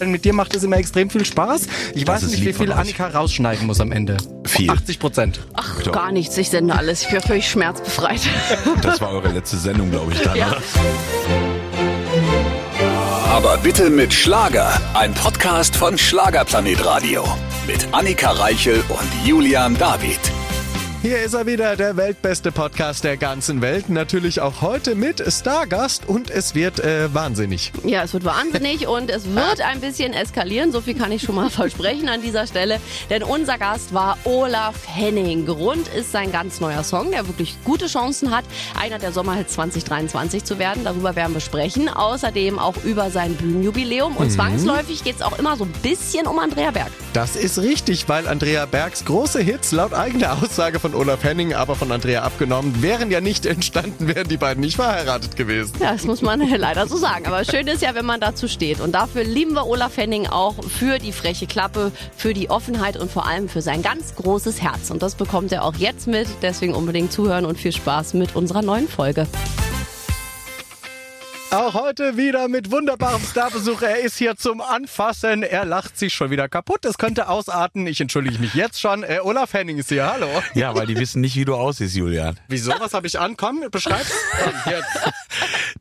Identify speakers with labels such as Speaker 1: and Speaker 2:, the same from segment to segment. Speaker 1: denn mit dir macht es immer extrem viel Spaß. Ich
Speaker 2: Das
Speaker 1: weiß
Speaker 2: ist
Speaker 1: nicht,
Speaker 2: lieb
Speaker 1: wie
Speaker 2: von
Speaker 1: viel
Speaker 2: euch.
Speaker 1: Annika rausschneiden muss am Ende.
Speaker 2: Viel.
Speaker 1: 80 Prozent.
Speaker 3: Ach, gar nichts. Ich sende alles. Ich bin völlig schmerzbefreit.
Speaker 2: Das war eure letzte Sendung, glaube ich, dann. ne?
Speaker 3: Ja.
Speaker 2: oder?
Speaker 4: Aber bitte mit Schlager. Ein Podcast von Schlagerplanet Radio. Mit Annika Reichel und Julian David.
Speaker 1: Hier ist er wieder, der weltbeste Podcast der ganzen Welt. Natürlich auch heute mit Stargast und es wird äh, wahnsinnig.
Speaker 3: Ja, es wird wahnsinnig und es wird ein bisschen eskalieren. So viel kann ich schon mal versprechen an dieser Stelle. Denn unser Gast war Olaf Henning. Grund ist sein ganz neuer Song, der wirklich gute Chancen hat, einer der Sommerhits 2023 zu werden. Darüber werden wir sprechen. Außerdem auch über sein Bühnenjubiläum. Und zwangsläufig geht es auch immer so ein bisschen um Andrea Berg.
Speaker 1: Das ist richtig, weil Andrea Bergs große Hits laut eigener Aussage von Olaf Henning, aber von Andrea abgenommen, wären ja nicht entstanden, wären die beiden nicht verheiratet gewesen.
Speaker 3: Ja, das muss man leider so sagen. Aber schön ist ja, wenn man dazu steht. Und dafür lieben wir Olaf Henning auch für die freche Klappe, für die Offenheit und vor allem für sein ganz großes Herz. Und das bekommt er auch jetzt mit. Deswegen unbedingt zuhören und viel Spaß mit unserer neuen Folge.
Speaker 1: Auch heute wieder mit wunderbarem Starbesuch. Er ist hier zum Anfassen. Er lacht sich schon wieder kaputt. Es könnte ausarten. Ich entschuldige mich jetzt schon. Äh, Olaf Henning ist hier. Hallo.
Speaker 2: ja, weil die wissen nicht, wie du aussiehst, Julian.
Speaker 1: Wieso? Was habe ich an? Komm, beschreib's. Komm, Jetzt.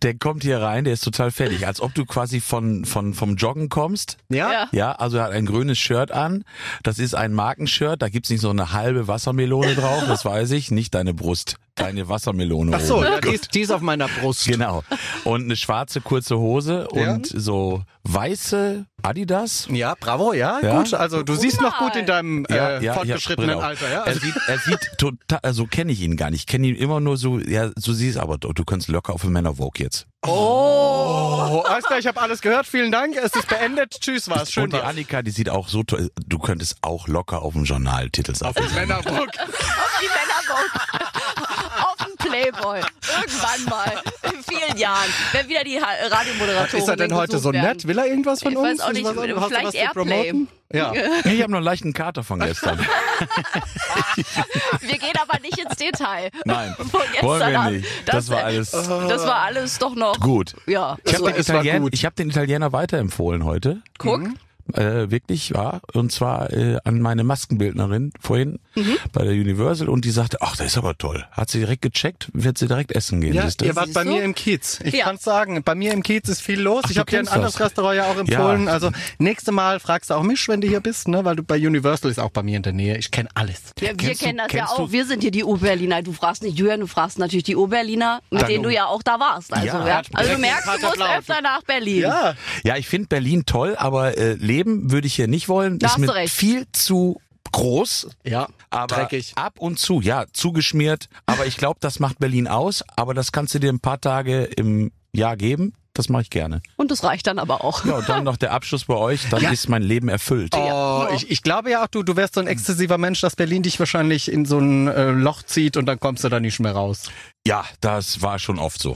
Speaker 2: Der kommt hier rein, der ist total fertig. Als ob du quasi von, von, vom Joggen kommst.
Speaker 1: Ja?
Speaker 3: Ja.
Speaker 2: Ja, also er hat ein grünes Shirt an. Das ist ein Markenshirt. Da gibt's nicht so eine halbe Wassermelone drauf, das weiß ich. Nicht deine Brust, deine Wassermelone.
Speaker 1: Ach so,
Speaker 2: oben.
Speaker 1: ja, die, ist, die ist auf meiner Brust.
Speaker 2: Genau. Und eine schwarze kurze Hose
Speaker 1: Ja.
Speaker 2: und so weiße Adidas.
Speaker 1: Ja, bravo, ja,
Speaker 2: Ja.
Speaker 1: gut. Also du siehst noch gut in deinem äh, fortgeschrittenen
Speaker 2: genau.
Speaker 1: Alter, ja.
Speaker 2: Er
Speaker 1: Also,
Speaker 2: sieht, er sieht total, also kenne ich ihn gar nicht. Ich kenne ihn immer nur so, ja, so siehst aber, du du kannst locker auf den Männervogue jetzt.
Speaker 1: oh, alles klar, ich habe alles gehört. Vielen Dank. Es ist beendet. Tschüss, war's. Schön
Speaker 2: und die
Speaker 1: war's.
Speaker 2: Annika, die sieht auch so toll, du könntest auch locker auf dem Journaltitel sein.
Speaker 1: Männerburg.
Speaker 3: Auf die Männerbox. Auf den Playboy. Irgendwann mal. In vielen Jahren. Wenn wieder die Ha- Radiomoderatoren
Speaker 1: Ist er denn heute
Speaker 3: gesucht
Speaker 1: so
Speaker 3: werden.
Speaker 1: nett? Will er irgendwas von
Speaker 3: Ich
Speaker 1: uns?
Speaker 3: weiß auch nicht,
Speaker 1: Hast du
Speaker 3: vielleicht
Speaker 1: was zu
Speaker 3: Airplay.
Speaker 1: promoten? Ja.
Speaker 2: Nee, Ich habe noch einen leichten Kater von gestern.
Speaker 3: Wir gehen aber nicht ins Detail.
Speaker 2: Nein,
Speaker 3: Von gestern
Speaker 2: wollen wir
Speaker 3: an.
Speaker 2: nicht. Das war alles
Speaker 3: Das war alles doch noch.
Speaker 2: gut.
Speaker 3: Ja,
Speaker 2: Ich habe
Speaker 3: so
Speaker 2: den,
Speaker 1: es war
Speaker 2: Italien,
Speaker 1: gut.
Speaker 2: ich hab den Italiener weiterempfohlen heute.
Speaker 3: guck.
Speaker 2: Äh, wirklich, ja. Und zwar äh, an meine Maskenbildnerin vorhin bei der Universal und die sagte, ach, das ist aber toll. Hat sie direkt gecheckt, wird sie direkt essen gehen.
Speaker 1: Ja,
Speaker 2: siehst du?
Speaker 1: ihr wart bei
Speaker 3: Siehst du?
Speaker 1: mir im Kiez. Ich
Speaker 3: Ja.
Speaker 1: kann's sagen, bei mir im Kiez ist viel los.
Speaker 2: Ach,
Speaker 1: ich
Speaker 2: du
Speaker 1: habe dir ein
Speaker 2: kennst
Speaker 1: anderes
Speaker 2: das.
Speaker 1: Restaurant ja auch empfohlen.
Speaker 2: Ja.
Speaker 1: Also nächste Mal fragst du auch mich, wenn du hier bist, ne? weil du bei Universal ist auch bei mir in der Nähe. Ich kenne alles.
Speaker 3: Ja, wir
Speaker 2: Kennst du-
Speaker 3: kennen das ja
Speaker 2: kennst
Speaker 3: auch.
Speaker 2: du-
Speaker 3: Wir sind hier die Oberliner. Du fragst nicht Jürgen, du fragst natürlich die Oberliner, mit
Speaker 2: Danke.
Speaker 3: denen du ja auch da warst. Also,
Speaker 2: Ja.
Speaker 3: ja. also du merkst, du
Speaker 1: Harter
Speaker 3: musst
Speaker 1: Applaus.
Speaker 3: öfter nach Berlin.
Speaker 1: Ja,
Speaker 2: Ja, ich finde Berlin toll, aber äh, leben würde ich hier nicht wollen.
Speaker 3: Da
Speaker 2: ist
Speaker 3: hast
Speaker 2: mir
Speaker 3: du recht.
Speaker 2: viel zu groß.
Speaker 1: ja,
Speaker 2: Aber
Speaker 1: dreckig.
Speaker 2: ab und zu, ja, zugeschmiert. Aber ich glaube, das macht Berlin aus. Aber das kannst du dir ein paar Tage im Jahr geben. Das mache ich gerne.
Speaker 3: Und das reicht dann aber auch.
Speaker 2: Ja, und dann noch der Abschluss bei euch. Dann ist mein Leben erfüllt.
Speaker 1: Oh, ich, ich glaube ja auch, du, du wärst so ein exzessiver Mensch, dass Berlin dich wahrscheinlich in so ein äh, Loch zieht und dann kommst du da nicht mehr raus.
Speaker 2: Ja, das war schon oft so.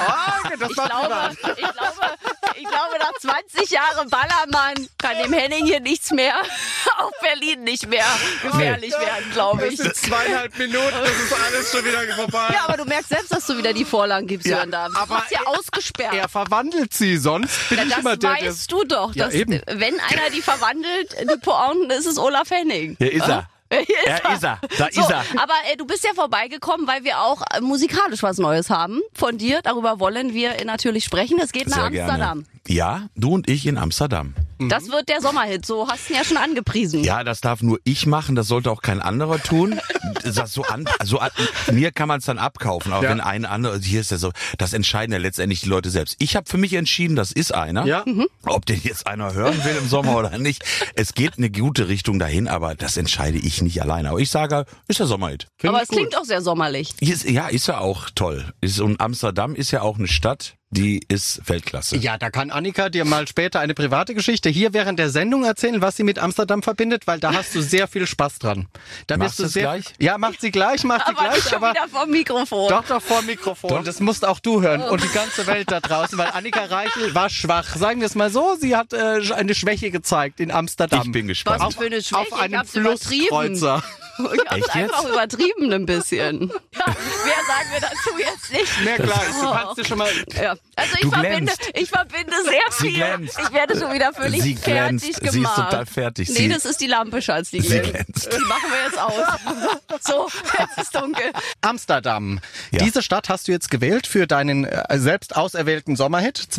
Speaker 1: Oh, das
Speaker 3: Ich glaube, ich, glaube, ich glaube, nach 20 Jahren Ballermann kann dem Henning hier nichts mehr, auch Berlin nicht mehr gefährlich werden, glaube ich.
Speaker 1: zweieinhalb Minuten, das ist alles schon wieder vorbei.
Speaker 3: Ja, aber du merkst selbst, dass du wieder die Vorlagen gibst,
Speaker 1: Ja,
Speaker 3: Jörn, da. Du
Speaker 1: aber-
Speaker 3: hast ja ausgesperrt.
Speaker 1: Er verwandelt sie, sonst bin
Speaker 3: Ja,
Speaker 1: ich
Speaker 3: das
Speaker 1: immer der, der...
Speaker 3: weißt du doch.
Speaker 1: Ja,
Speaker 3: dass,
Speaker 1: eben.
Speaker 3: Wenn einer die verwandelt, die Pointen, ist es Olaf Henning.
Speaker 2: Hier ist er.
Speaker 3: Hier ist
Speaker 2: Er ist er. Da
Speaker 3: So,
Speaker 2: ist er.
Speaker 3: aber äh, du bist ja vorbeigekommen, weil wir auch äh, musikalisch was Neues haben von dir. Darüber wollen wir äh, natürlich sprechen. Es geht nach Amsterdam.
Speaker 2: Ja, du und ich in Amsterdam.
Speaker 1: Mhm.
Speaker 3: Das wird der Sommerhit. So hast du ihn ja schon angepriesen.
Speaker 2: Ja, das darf nur ich machen, das sollte auch kein anderer tun. Das so an, so an, mir kann man es dann abkaufen, aber
Speaker 1: Ja.
Speaker 2: wenn ein anderer, also hier ist ja so, das entscheiden ja letztendlich die Leute selbst. Ich habe für mich entschieden, das ist einer.
Speaker 1: Ja.
Speaker 2: Ob den jetzt einer hören will im Sommer oder nicht. Es geht eine gute Richtung dahin, aber das entscheide ich nicht alleine. Aber ich sage, ist der Sommerhit.
Speaker 1: Find
Speaker 3: aber
Speaker 1: ich
Speaker 3: es
Speaker 1: gut.
Speaker 3: klingt auch sehr sommerlich.
Speaker 2: Ist, ja, ist ja auch toll. Ist, und Amsterdam ist ja auch eine Stadt, die ist Weltklasse.
Speaker 1: Ja, da kann Annika dir mal später eine private Geschichte hier während der Sendung erzählen, was sie mit Amsterdam verbindet, weil da hast du sehr viel Spaß dran. Da
Speaker 2: Machst
Speaker 1: bist du
Speaker 2: du's
Speaker 1: sehr,
Speaker 2: gleich?
Speaker 1: Ja, macht sie gleich, macht sie
Speaker 3: Aber nicht
Speaker 1: gleich,
Speaker 3: schon
Speaker 1: aber
Speaker 3: wieder vom Mikrofon.
Speaker 1: doch doch vor dem Mikrofon. Das musst auch du hören und die ganze Welt da draußen, weil Annika Reichel war schwach. Sagen wir es mal so, sie hat äh, eine Schwäche gezeigt in Amsterdam.
Speaker 2: Ich bin gespannt.
Speaker 3: Was für eine Schwäche.
Speaker 1: auf einem
Speaker 3: ich hab's übertrieben.
Speaker 1: Flusskreuzer.
Speaker 3: Ich hab's
Speaker 2: Echt jetzt?
Speaker 3: einfach übertrieben ein bisschen. Ja, wer sagen wir dazu jetzt nicht.
Speaker 1: Na klar,
Speaker 3: Oh.
Speaker 1: du kannst dir schon mal.
Speaker 3: Ja. Also ich
Speaker 2: Du
Speaker 3: verbinde,
Speaker 2: glänzt.
Speaker 3: ich verbinde sehr
Speaker 2: Sie
Speaker 3: viel.
Speaker 2: glänzt.
Speaker 3: Ich werde schon wieder völlig
Speaker 2: Sie glänzt.
Speaker 3: fertig gemacht.
Speaker 2: Sie ist total fertig.
Speaker 3: Nee,
Speaker 2: Sie-
Speaker 3: das ist die Lampe, Schatz. Die
Speaker 2: Sie
Speaker 3: glänzt.
Speaker 2: glänzt.
Speaker 3: Die machen wir jetzt aus. so, jetzt ist dunkel.
Speaker 1: Amsterdam.
Speaker 2: Ja.
Speaker 1: Diese Stadt hast du jetzt gewählt für deinen äh, selbst auserwählten Sommerhit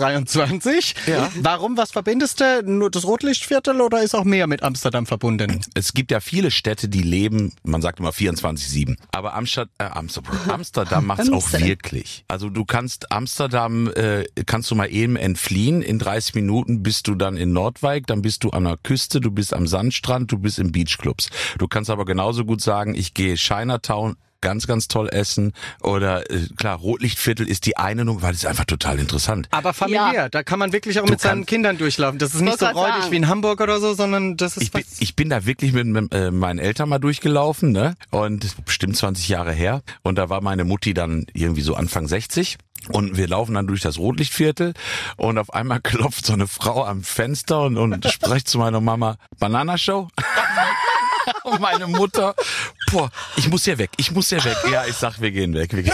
Speaker 1: 2023.
Speaker 2: Ja.
Speaker 1: Warum, was verbindest du? Nur das Rotlichtviertel oder ist auch mehr mit Amsterdam verbunden?
Speaker 2: Es gibt ja viele Städte, die leben, man sagt immer 24-7. Aber Amsterdam, äh, Amsterdam, Amsterdam macht's auch
Speaker 3: Amsterdam.
Speaker 2: wirklich. Also du kannst Amsterdam, äh, kannst du mal eben entfliehen. In 30 Minuten bist du dann in Nordwijk, dann bist du an der Küste, du bist am Sandstrand, du bist im Beachclubs. Du kannst aber genauso gut sagen, ich gehe Chinatown, ganz, ganz toll essen. Oder äh, klar, Rotlichtviertel ist die eine Nummer, weil das ist einfach total interessant.
Speaker 1: Aber familiär,
Speaker 3: Ja.
Speaker 1: da kann man wirklich auch mit seinen
Speaker 2: kannst-
Speaker 1: Kindern durchlaufen. Das ist nicht so
Speaker 3: Wollte grad
Speaker 1: räudig
Speaker 3: sagen.
Speaker 1: wie in Hamburg oder so, sondern das ist
Speaker 2: ich
Speaker 1: was.
Speaker 2: bin, ich bin da wirklich mit, mit äh, meinen Eltern mal durchgelaufen, ne? Und bestimmt 20 Jahre her. Und da war meine Mutti dann irgendwie so Anfang 60. Und wir laufen dann durch das Rotlichtviertel und auf einmal klopft so eine Frau am Fenster und, und spricht zu meiner Mama, Bananashow? und meine Mutter, boah, ich muss hier weg, ich muss hier weg. Ja, ich sag, wir gehen weg. Wir gehen.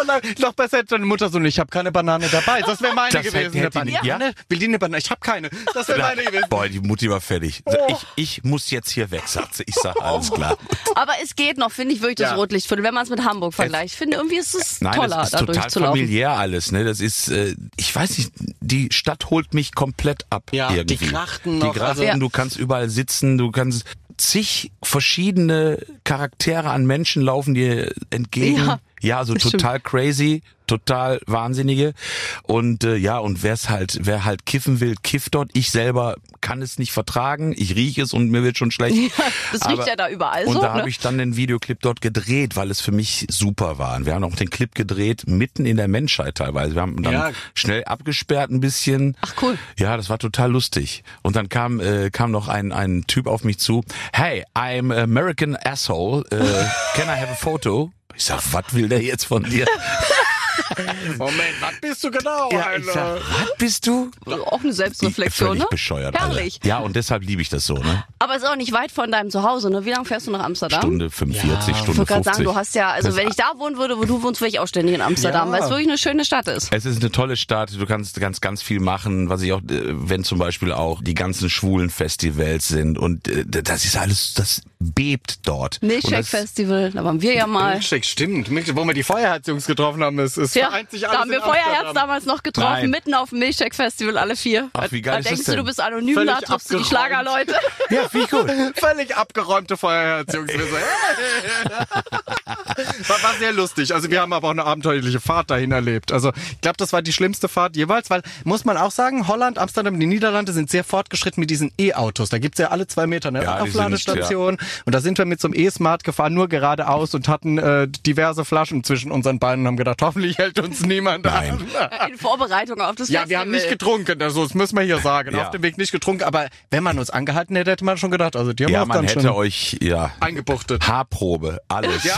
Speaker 1: Und dann, noch besser hätte deine Mutter so, ich habe keine Banane dabei. Das wäre meine
Speaker 2: Das hätte-
Speaker 1: gewesen.
Speaker 2: hätte
Speaker 1: eine
Speaker 2: die- ja.
Speaker 1: Banane? Will die eine Banane? Ich habe keine. Das wäre meine gewesen.
Speaker 2: Boah, die Mutti war fertig. Also Ich, ich muss jetzt hier weg, sagt sie. Ich sag, alles klar.
Speaker 3: Aber es geht noch, finde ich, wirklich das
Speaker 1: Ja.
Speaker 3: Rotlichtviertel, wenn man es mit Hamburg vergleicht. Ich finde, irgendwie ist es
Speaker 2: Nein,
Speaker 3: toller,
Speaker 2: das ist
Speaker 3: da
Speaker 2: total
Speaker 3: durchzulaufen.
Speaker 2: familiär alles. Ne, das ist, äh, ich weiß nicht, die Stadt holt mich komplett ab
Speaker 1: Ja, die
Speaker 2: irgendwie.
Speaker 1: Krachten
Speaker 2: die
Speaker 1: noch,
Speaker 2: Krachten.
Speaker 3: also-
Speaker 2: Du kannst überall sitzen, du kannst zig verschiedene Charaktere an Menschen laufen dir entgegen.
Speaker 3: Ja.
Speaker 2: Ja. so total crazy, total wahnsinnige und äh, ja und wer's halt, wer halt kiffen will, kifft dort. Ich selber kann es nicht vertragen, ich rieche es und mir wird schon schlecht.
Speaker 3: das riecht ja da überall
Speaker 2: und
Speaker 3: so,
Speaker 2: Da
Speaker 3: ne?
Speaker 2: habe ich dann den Videoclip dort gedreht, weil es für mich super war. Und wir haben auch den Clip gedreht mitten in der Menschheit teilweise. Wir haben dann
Speaker 1: Ja.
Speaker 2: schnell abgesperrt ein bisschen. Ach
Speaker 3: cool.
Speaker 2: Ja, das war total lustig. Und dann kam äh, kam noch ein ein Typ auf mich zu. Hey, I'm American asshole. Äh, can I have a photo? Ich sag, was will der jetzt von dir?
Speaker 1: Moment, was bist du genau?
Speaker 2: ja, ich sag, was bist du?
Speaker 3: Auch eine Selbstreflexion,
Speaker 2: Völlig
Speaker 3: ne?
Speaker 2: bescheuert.
Speaker 3: Herrlich.
Speaker 2: Alle. Ja, und deshalb liebe ich das so, ne?
Speaker 3: Aber es ist auch nicht weit von deinem Zuhause, ne? Wie lange fährst du nach Amsterdam?
Speaker 2: Stunde 45,
Speaker 3: Ich
Speaker 2: Stunde
Speaker 3: wollte gerade
Speaker 2: 50.
Speaker 3: sagen, du hast ja, also
Speaker 2: Das-
Speaker 3: wenn ich da wohnen würde, wo du wohnst, wäre ich auch ständig in Amsterdam,
Speaker 1: Ja.
Speaker 3: weil es wirklich eine schöne Stadt ist.
Speaker 2: Es ist eine tolle Stadt, du kannst ganz, ganz viel machen, was ich auch, äh, wenn zum Beispiel auch die ganzen schwulen Festivals sind und äh, das ist alles, das bebt dort. Und
Speaker 3: Milkshake
Speaker 2: das-
Speaker 3: Festival, da waren wir ja mal.
Speaker 1: Milchshake, stimmt. Milchshake, Wo wir die Feuerherzjungs getroffen haben, ist, ist
Speaker 3: Ja,
Speaker 1: vereint sich alles
Speaker 3: da haben
Speaker 1: in
Speaker 3: wir Feuerherz
Speaker 1: Amsterdam.
Speaker 3: damals noch getroffen,
Speaker 2: Nein.
Speaker 3: mitten auf dem Milkshake Festival, alle vier.
Speaker 2: Ach, wie geil
Speaker 3: da
Speaker 2: ist das
Speaker 3: denkst du,
Speaker 2: denn?
Speaker 3: du bist anonym,
Speaker 1: Völlig
Speaker 3: da triffst du die
Speaker 1: abgeräumt.
Speaker 3: Schlagerleute.
Speaker 2: Ja, wie cool.
Speaker 1: Völlig abgeräumte Feuerherzjungs. Wir so, hey. war, war sehr lustig. Also wir haben aber auch eine abenteuerliche Fahrt dahin erlebt. Also ich glaube, das war die schlimmste Fahrt jeweils, weil muss man auch sagen, Holland, Amsterdam, die Niederlande sind sehr fortgeschritten mit diesen E-Autos. Da gibt's ja alle zwei Meter eine
Speaker 2: Ja, die sind-
Speaker 1: Aufladestation. Und da sind wir mit so einem E-Smart gefahren, nur geradeaus und hatten äh, diverse Flaschen zwischen unseren Beinen und haben gedacht, hoffentlich hält uns niemand an.
Speaker 2: Nein.
Speaker 3: In Vorbereitung auf das
Speaker 1: Ja,
Speaker 3: Festival.
Speaker 1: wir haben nicht getrunken, also das müssen wir hier sagen.
Speaker 2: Ja.
Speaker 1: Auf dem Weg nicht getrunken, aber wenn man uns angehalten hätte, hätte man schon gedacht, also die haben
Speaker 2: Ja,
Speaker 1: uns
Speaker 2: man
Speaker 1: dann
Speaker 2: hätte
Speaker 1: schon
Speaker 2: euch, ja,
Speaker 1: eingebuchtet.
Speaker 2: Haarprobe, alles.
Speaker 1: Ja,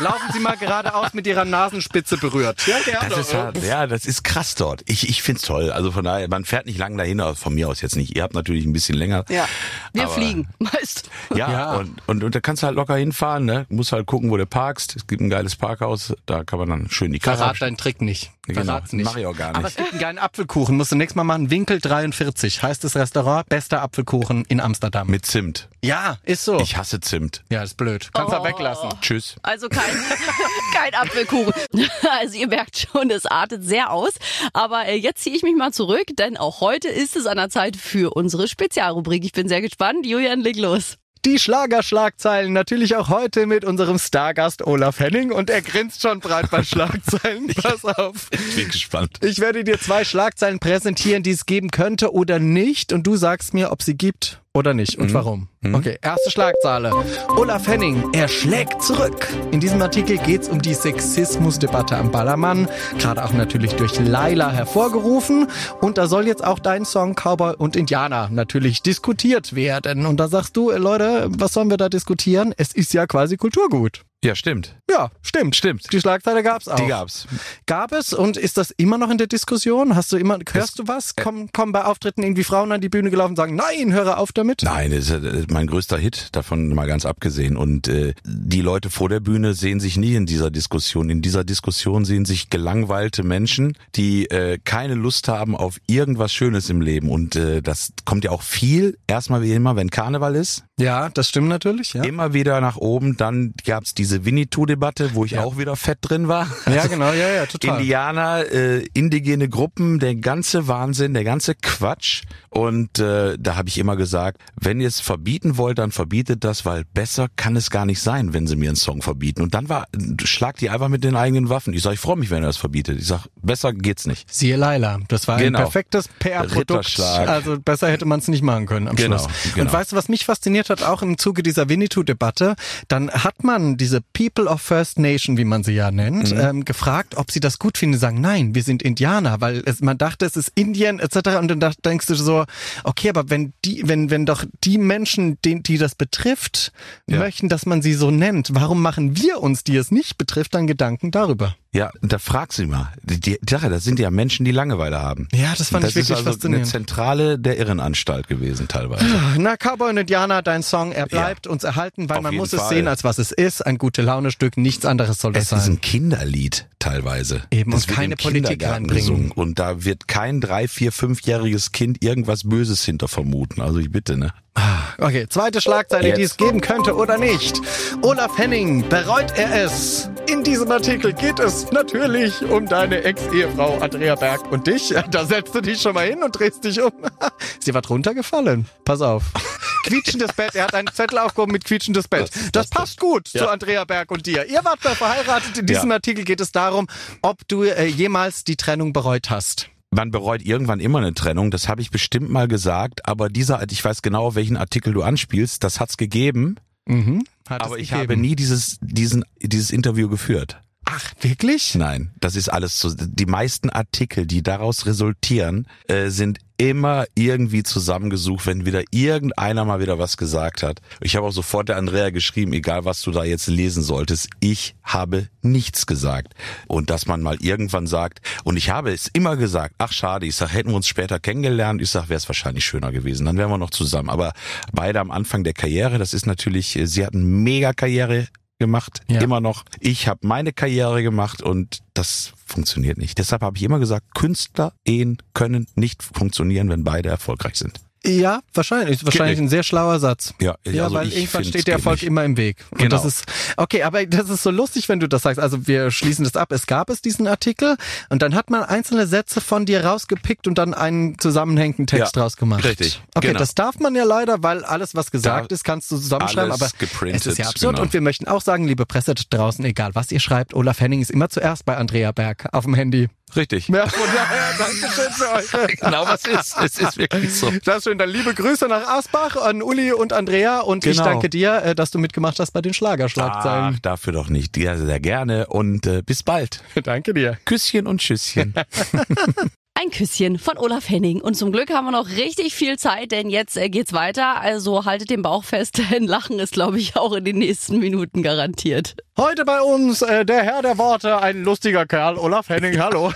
Speaker 1: dann laufen Sie mal geradeaus mit Ihrer Nasenspitze berührt. Ja, gerne.
Speaker 2: Das ist ja, ja, das ist krass dort. Ich, ich find's toll. Also von daher, man fährt nicht lang dahin, also von mir aus jetzt nicht. Ihr habt natürlich ein bisschen länger.
Speaker 3: Ja, wir
Speaker 2: Aber-
Speaker 3: fliegen meist.
Speaker 2: Ja,
Speaker 1: Ja.
Speaker 2: Und, und, und da kannst du halt locker hinfahren, ne? Muss halt gucken, wo du parkst. Es gibt ein geiles Parkhaus, da kann man dann schön die Karre
Speaker 1: Verrat
Speaker 2: abstellen.
Speaker 1: deinen Trick nicht.
Speaker 2: Genau,
Speaker 1: Verrat's nicht.
Speaker 2: mach ich auch gar nicht.
Speaker 1: Aber es gibt einen geilen Apfelkuchen. Musst du nächstes Mal machen. Winkel 43 heißt das Restaurant. Bester Apfelkuchen in Amsterdam.
Speaker 2: mit Zimt.
Speaker 1: ja, ist so.
Speaker 2: Ich hasse Zimt.
Speaker 1: ja, ist blöd. Kannst du weglassen.
Speaker 2: Tschüss.
Speaker 3: Also kein, kein Apfelkuchen. Also ihr merkt schon, es artet sehr aus. Aber äh, jetzt ziehe ich mich mal zurück, denn auch heute ist es an der Zeit für unsere Spezialrubrik. Ich bin sehr gespannt. Julian, leg los.
Speaker 1: Die Schlagerschlagzeilen natürlich auch heute mit unserem Stargast Olaf Henning. Und er grinst schon breit bei Schlagzeilen. Pass auf.
Speaker 2: Ich bin gespannt.
Speaker 1: Ich werde dir zwei Schlagzeilen präsentieren, die es geben könnte oder nicht. Und du sagst mir, ob sie gibt oder nicht und warum. Okay, erste Schlagzeile. Olaf Henning, er schlägt zurück. In diesem Artikel geht es um die Sexismusdebatte am Ballermann. Gerade auch natürlich durch Laila hervorgerufen. Und da soll jetzt auch dein Song Cowboy und Indianer natürlich diskutiert werden. Und da sagst du, äh, Leute, was sollen wir da diskutieren? Es ist ja quasi Kulturgut.
Speaker 2: Ja, stimmt.
Speaker 1: Ja, stimmt.
Speaker 2: Stimmt.
Speaker 1: Die Schlagzeile gab's auch.
Speaker 2: Die gab's.
Speaker 1: Gab es und ist das immer noch in der Diskussion? Hast du immer, hörst du was? Kommen, kommen bei Auftritten irgendwie Frauen an die Bühne gelaufen und sagen, nein, höre auf damit?
Speaker 2: Nein, das ist äh, mein größter Hit, davon mal ganz abgesehen. Und äh, die Leute vor der Bühne sehen sich nie in dieser Diskussion. In dieser Diskussion sehen sich gelangweilte Menschen, die äh, keine Lust haben auf irgendwas Schönes im Leben. Und äh, das kommt ja auch viel, erstmal wie immer, wenn Karneval ist,
Speaker 1: Ja, das stimmt natürlich, ja.
Speaker 2: immer wieder nach oben. Dann gab's diese Winnetou-Debatte, wo ich auch wieder fett drin war.
Speaker 1: Ja, genau, ja, ja, total.
Speaker 2: Indianer, äh, indigene Gruppen, der ganze Wahnsinn, der ganze Quatsch. Und äh, da habe ich immer gesagt, wenn ihr es verbieten wollt, dann verbietet das, weil besser kann es gar nicht sein, wenn sie mir einen Song verbieten. Und dann war, schlagt die einfach mit den eigenen Waffen. Ich sage, ich freue mich, wenn ihr das verbietet. Ich sage, besser geht's nicht.
Speaker 1: Siehe Laila, das war
Speaker 2: Genau.
Speaker 1: ein perfektes PR-Produkt.
Speaker 2: Ritterschlag.
Speaker 1: Also besser hätte man es nicht machen können am
Speaker 2: Genau,
Speaker 1: Schluss.
Speaker 2: genau.
Speaker 1: Und weißt du, was mich fasziniert hat, auch im Zuge dieser Winnetou-Debatte, dann hat man diese People of First Nation, wie man sie ja nennt,
Speaker 2: Mhm.
Speaker 1: ähm, gefragt, ob sie das gut finden. Sie Sagen, nein, wir sind Indianer, weil es, man dachte, es ist Indien etc. Und dann dach- denkst du so, okay, aber wenn die, wenn wenn doch die Menschen, den, die das betrifft,
Speaker 2: Ja.
Speaker 1: möchten, dass man sie so nennt, warum machen wir uns, die es nicht betrifft, dann Gedanken darüber?
Speaker 2: Ja, da frag sie mal. Die, die Sache, das sind ja Menschen, die Langeweile haben.
Speaker 1: Ja, das fand
Speaker 2: das
Speaker 1: ich wirklich
Speaker 2: ist also eine
Speaker 1: faszinierend.
Speaker 2: Zentrale der Irrenanstalt gewesen teilweise.
Speaker 1: Na, Cowboy und Indianer, dein Song, er bleibt uns erhalten, weil
Speaker 2: Auf
Speaker 1: man
Speaker 2: jeden
Speaker 1: muss es
Speaker 2: Fall.
Speaker 1: sehen, als was es ist. Ein gute Laune-Stück, nichts anderes soll das
Speaker 2: Es ist
Speaker 1: sein.
Speaker 2: ein Kinderlied teilweise.
Speaker 1: Eben,
Speaker 2: das
Speaker 1: und
Speaker 2: wird
Speaker 1: keine
Speaker 2: im
Speaker 1: Politik
Speaker 2: Kindergarten
Speaker 1: reinbringen.
Speaker 2: gesungen. Und da wird kein drei, vier, fünfjähriges Kind irgendwas Böses hinter vermuten. Also ich bitte, ne?
Speaker 1: Okay, zweite Schlagzeile, die
Speaker 2: Jetzt.
Speaker 1: es geben könnte oder nicht. Olaf Henning, bereut er es? In diesem Artikel geht es natürlich um deine Ex-Ehefrau Andrea Berg und dich. Da setzt du dich schon mal hin und drehst dich um. Sie war runtergefallen. Pass auf. Quietschendes Bett. Er hat einen Zettel aufgehoben mit quietschendes Bett. Das passt gut zu Andrea Berg und dir. Ihr wart mal verheiratet. In diesem
Speaker 2: Ja.
Speaker 1: Artikel geht es darum, ob du äh, jemals die Trennung bereut hast.
Speaker 2: Man bereut irgendwann immer eine Trennung, das habe ich bestimmt mal gesagt, aber dieser, ich weiß genau, auf welchen Artikel du anspielst, das hat's gegeben,
Speaker 1: Mhm, Hat es
Speaker 2: aber ich
Speaker 1: gegeben.
Speaker 2: habe nie dieses, diesen, dieses Interview geführt.
Speaker 1: Ach, wirklich?
Speaker 2: Nein, das ist alles zu, die meisten Artikel, die daraus resultieren, äh, sind immer irgendwie zusammengesucht, wenn wieder irgendeiner mal wieder was gesagt hat. Ich habe auch sofort der Andrea geschrieben, egal was du da jetzt lesen solltest, ich habe nichts gesagt. Und dass man mal irgendwann sagt, und ich habe es immer gesagt, ach schade, ich sag, hätten wir uns später kennengelernt, ich sag, wäre es wahrscheinlich schöner gewesen, dann wären wir noch zusammen. Aber beide am Anfang der Karriere, das ist natürlich, äh, sie hatten mega Karriere gemacht,
Speaker 1: Ja.
Speaker 2: immer noch. Ich habe meine Karriere gemacht und das funktioniert nicht. Deshalb habe ich immer gesagt, Künstler-Ehen können nicht funktionieren, wenn beide erfolgreich sind.
Speaker 1: Ja, wahrscheinlich. Ist wahrscheinlich
Speaker 2: nicht.
Speaker 1: ein sehr schlauer Satz.
Speaker 2: Ja,
Speaker 1: ja
Speaker 2: also
Speaker 1: weil
Speaker 2: ich
Speaker 1: irgendwann
Speaker 2: find's
Speaker 1: steht der
Speaker 2: geht
Speaker 1: Erfolg
Speaker 2: nicht.
Speaker 1: immer im Weg. Und
Speaker 2: Genau.
Speaker 1: das ist okay, aber das ist so lustig, wenn du das sagst. Also wir schließen das ab. Es gab es diesen Artikel und dann hat man einzelne Sätze von dir rausgepickt und dann einen zusammenhängenden Text
Speaker 2: Ja,
Speaker 1: draus gemacht.
Speaker 2: richtig.
Speaker 1: Okay,
Speaker 2: Genau.
Speaker 1: das darf man ja leider, weil alles, was gesagt
Speaker 2: Da-
Speaker 1: ist, kannst du zusammenschreiben.
Speaker 2: alles
Speaker 1: aber es
Speaker 2: geprintet,
Speaker 1: ist ja absurd.
Speaker 2: genau.
Speaker 1: Und wir möchten auch sagen, liebe Presse da draußen, egal was ihr schreibt, Olaf Henning ist immer zuerst bei Andrea Berg auf dem Handy.
Speaker 2: Richtig.
Speaker 1: Ja, von daher, Dankeschön für euch.
Speaker 2: Genau was ist. Es ist wirklich so.
Speaker 1: Das ist schön. Dann liebe Grüße nach Asbach an Uli und Andrea und ich
Speaker 2: Genau.
Speaker 1: danke dir, äh, dass du mitgemacht hast bei den
Speaker 2: Ach,
Speaker 1: Schlagerschlagzeilen.
Speaker 2: dafür doch nicht. Ja, sehr gerne und äh, bis bald.
Speaker 1: Danke dir.
Speaker 2: Küsschen und Tschüsschen.
Speaker 3: Ein Küsschen von Olaf Henning. Und zum Glück haben wir noch richtig viel Zeit, denn jetzt äh, geht's weiter. Also haltet den Bauch fest, denn Lachen ist, glaube ich, auch in den nächsten Minuten garantiert.
Speaker 1: Heute bei uns äh, der Herr der Worte, ein lustiger Kerl, Olaf Henning. Hallo.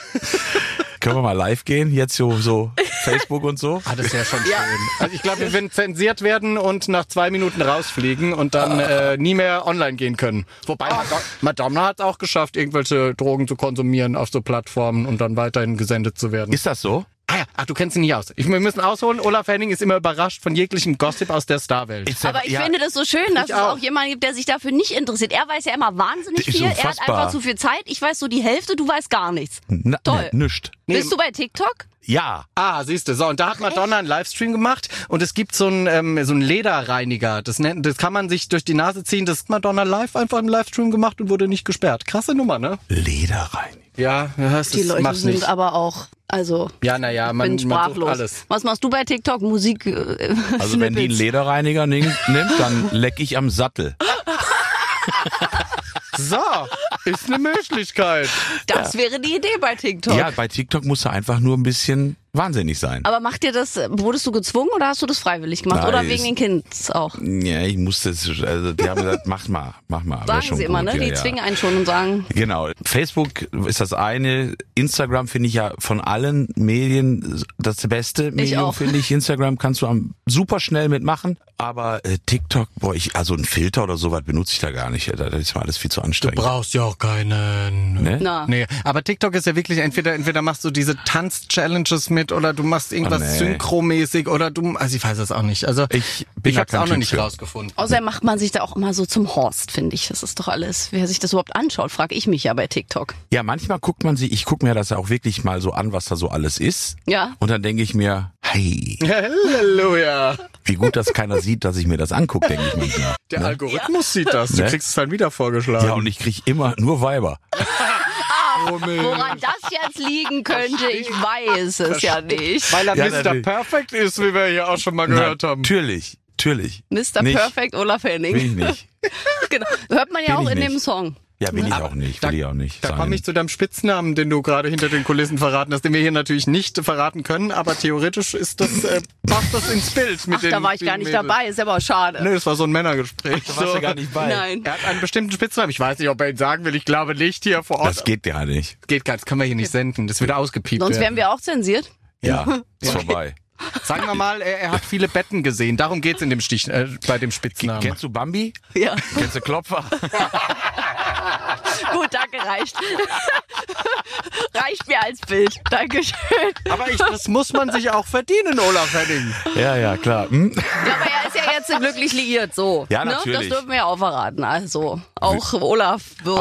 Speaker 2: Können wir mal live gehen? Jetzt so, so Facebook und so?
Speaker 1: Ah, das wäre schon schön. Also ich glaube, wir werden zensiert werden und nach zwei Minuten rausfliegen und dann äh, nie mehr online gehen können. Wobei Madon- Madonna hat es auch geschafft, irgendwelche Drogen zu konsumieren auf so Plattformen und dann weiterhin gesendet zu werden.
Speaker 2: Ist das so?
Speaker 1: ah, ja. Ach, du kennst ihn nicht aus. Ich, wir müssen ausholen. Olaf Henning ist immer überrascht von jeglichem Gossip aus der Starwelt.
Speaker 2: Ist
Speaker 3: Aber ich finde das so schön, dass es
Speaker 1: auch.
Speaker 3: auch jemanden gibt, der sich dafür nicht interessiert. Er weiß ja immer wahnsinnig
Speaker 2: Das ist
Speaker 3: viel. Er hat
Speaker 2: unfassbar. Hm.
Speaker 3: einfach zu viel Zeit. Ich weiß so die Hälfte, du weißt gar nichts.
Speaker 2: Na,
Speaker 3: Toll.
Speaker 2: Na, nischt.
Speaker 3: Bist du bei TikTok?
Speaker 2: Ja.
Speaker 1: Ah, siehste. So, und da hat Madonna einen Livestream gemacht und es gibt so einen, ähm, so einen Lederreiniger. Das, nennt, das kann man sich durch die Nase ziehen. Das hat Madonna live einfach im Livestream gemacht und wurde nicht gesperrt. Krasse Nummer, ne?
Speaker 2: Leder rein.
Speaker 1: Ja, das
Speaker 3: Die Leute
Speaker 1: mach's
Speaker 3: sind
Speaker 1: nicht.
Speaker 3: aber auch, also
Speaker 1: Ja, naja, man,
Speaker 3: bin
Speaker 1: man sucht
Speaker 3: sprachlos.
Speaker 1: alles.
Speaker 3: Was machst du bei TikTok? Musik? Äh,
Speaker 2: Also wenn die einen
Speaker 3: Snippets.
Speaker 2: Lederreiniger nimmt, nimmt, dann leck ich am Sattel.
Speaker 1: So, ist eine Möglichkeit.
Speaker 3: Das wäre die Idee bei TikTok.
Speaker 2: Ja, bei TikTok musst du einfach nur ein bisschen wahnsinnig sein.
Speaker 3: Aber macht dir das, wurdest du gezwungen oder hast du das freiwillig gemacht?
Speaker 2: Nein,
Speaker 3: Oder
Speaker 2: ich-
Speaker 3: wegen den Kinds auch?
Speaker 2: Ja, ich musste es, also die haben gesagt, mach mal, mach mal. wär
Speaker 3: Sagen
Speaker 2: schon
Speaker 3: sie immer,
Speaker 2: gut,
Speaker 3: ne?
Speaker 2: ja,
Speaker 3: Die
Speaker 2: ja.
Speaker 3: zwingen einen schon und sagen,
Speaker 2: Genau. Facebook ist das eine. Instagram finde ich ja von allen Medien das beste Medium,
Speaker 3: auch.
Speaker 2: finde ich. Instagram kannst du am super schnell mitmachen. Aber äh, TikTok, boah, ich, also ein Filter oder sowas benutze ich da gar nicht. Das ist mir alles viel zu
Speaker 1: Du
Speaker 2: anstrengend.
Speaker 1: brauchst ja auch keinen.
Speaker 2: Ne?
Speaker 3: na.
Speaker 1: Nee, aber TikTok ist ja wirklich entweder entweder machst du diese Tanz-Challenges mit oder du machst irgendwas
Speaker 2: Ah, nee.
Speaker 1: synchromäßig oder du also ich weiß es auch nicht. Also
Speaker 2: Ich bin
Speaker 1: ich
Speaker 2: da
Speaker 1: hab's
Speaker 2: kein
Speaker 1: auch noch
Speaker 2: Typ
Speaker 1: nicht
Speaker 2: für.
Speaker 1: rausgefunden. Oh,
Speaker 3: Außerdem macht man sich da auch immer so zum Horst, finde ich. Das ist doch alles. Wer sich das überhaupt anschaut, frage ich mich ja bei TikTok.
Speaker 2: Ja, manchmal guckt man sich, ich gucke mir das ja auch wirklich mal so an, was da so alles ist.
Speaker 3: Ja.
Speaker 2: Und dann denke ich mir, hey,
Speaker 1: Halleluja.
Speaker 2: wie gut, dass keiner sieht, dass ich mir das angucke, denke ich manchmal.
Speaker 1: Der Algorithmus sieht das. Du
Speaker 2: Ne?
Speaker 1: kriegst es halt wieder vorgeschlagen. Oh,
Speaker 2: Ja, und ich krieg immer nur Weiber.
Speaker 3: Woran das jetzt liegen könnte, ich weiß es ja nicht.
Speaker 1: Weil er
Speaker 2: Ja,
Speaker 1: Mr.
Speaker 2: natürlich.
Speaker 1: Perfect ist, wie wir hier auch schon mal gehört haben.
Speaker 2: Natürlich, natürlich.
Speaker 3: Mr.
Speaker 2: Nicht.
Speaker 3: Perfect Olaf Henning.
Speaker 2: Bin ich nicht.
Speaker 3: Genau. Hört man ja
Speaker 2: Bin
Speaker 3: auch
Speaker 2: ich
Speaker 3: in dem
Speaker 2: nicht.
Speaker 3: Song.
Speaker 2: Ja, bin ich auch nicht, will ich auch nicht.
Speaker 1: Da
Speaker 2: sein.
Speaker 1: komme ich zu deinem Spitznamen, den du gerade hinter den Kulissen verraten hast, den wir hier natürlich nicht verraten können, aber theoretisch ist das, äh, passt das ins Bild mit
Speaker 3: Ach,
Speaker 1: den
Speaker 3: da war ich gar
Speaker 1: den
Speaker 3: nicht
Speaker 1: Mädels.
Speaker 3: dabei, ist aber schade.
Speaker 1: Nö, das war so ein Männergespräch.
Speaker 2: Da warst
Speaker 1: so.
Speaker 2: du gar nicht bei.
Speaker 3: Nein.
Speaker 1: Er hat einen bestimmten Spitznamen. Ich weiß nicht, ob er ihn sagen will. Ich glaube nicht hier vor Ort.
Speaker 2: Das geht ja nicht.
Speaker 1: geht gar nicht. Das können wir hier nicht senden. Das wird ausgepiept.
Speaker 3: Sonst wären
Speaker 1: werden.
Speaker 3: wir auch zensiert.
Speaker 2: Ja, ist vorbei.
Speaker 1: Sagen wir mal, er, er hat viele Betten gesehen. Darum geht's in dem Stich, äh, bei dem Spitznamen.
Speaker 2: Kennst du Bambi?
Speaker 3: Ja.
Speaker 2: Kennst du Klopfer?
Speaker 3: Gut, danke, reicht. reicht mir als Bild. Dankeschön.
Speaker 1: Aber ich, das muss man sich auch verdienen, Olaf Henning.
Speaker 2: ja, ja, klar. Hm?
Speaker 3: Ja, aber er ist ja jetzt glücklich liiert, so.
Speaker 2: Ja,
Speaker 3: Ne? Das
Speaker 2: natürlich.
Speaker 3: dürfen wir ja auch verraten. Also, auch Olaf wird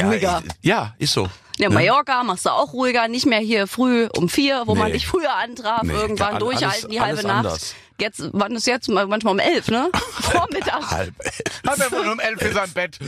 Speaker 2: Auch- Ja,
Speaker 3: ruhiger.
Speaker 2: ich- ja, ist so.
Speaker 3: Ja,
Speaker 2: Ne?
Speaker 3: Mallorca machst du auch ruhiger, nicht mehr hier früh um vier, wo man
Speaker 2: Nee.
Speaker 3: dich früher antraf,
Speaker 2: Nee,
Speaker 3: irgendwann
Speaker 2: da- alles-
Speaker 3: durchhalten, die halbe
Speaker 2: alles
Speaker 3: Nacht.
Speaker 2: anders.
Speaker 3: Jetzt, wann ist jetzt? Manchmal um elf, ne? Vormittag.
Speaker 2: Halb elf.
Speaker 1: Hat er wohl um elf in seinem Bett.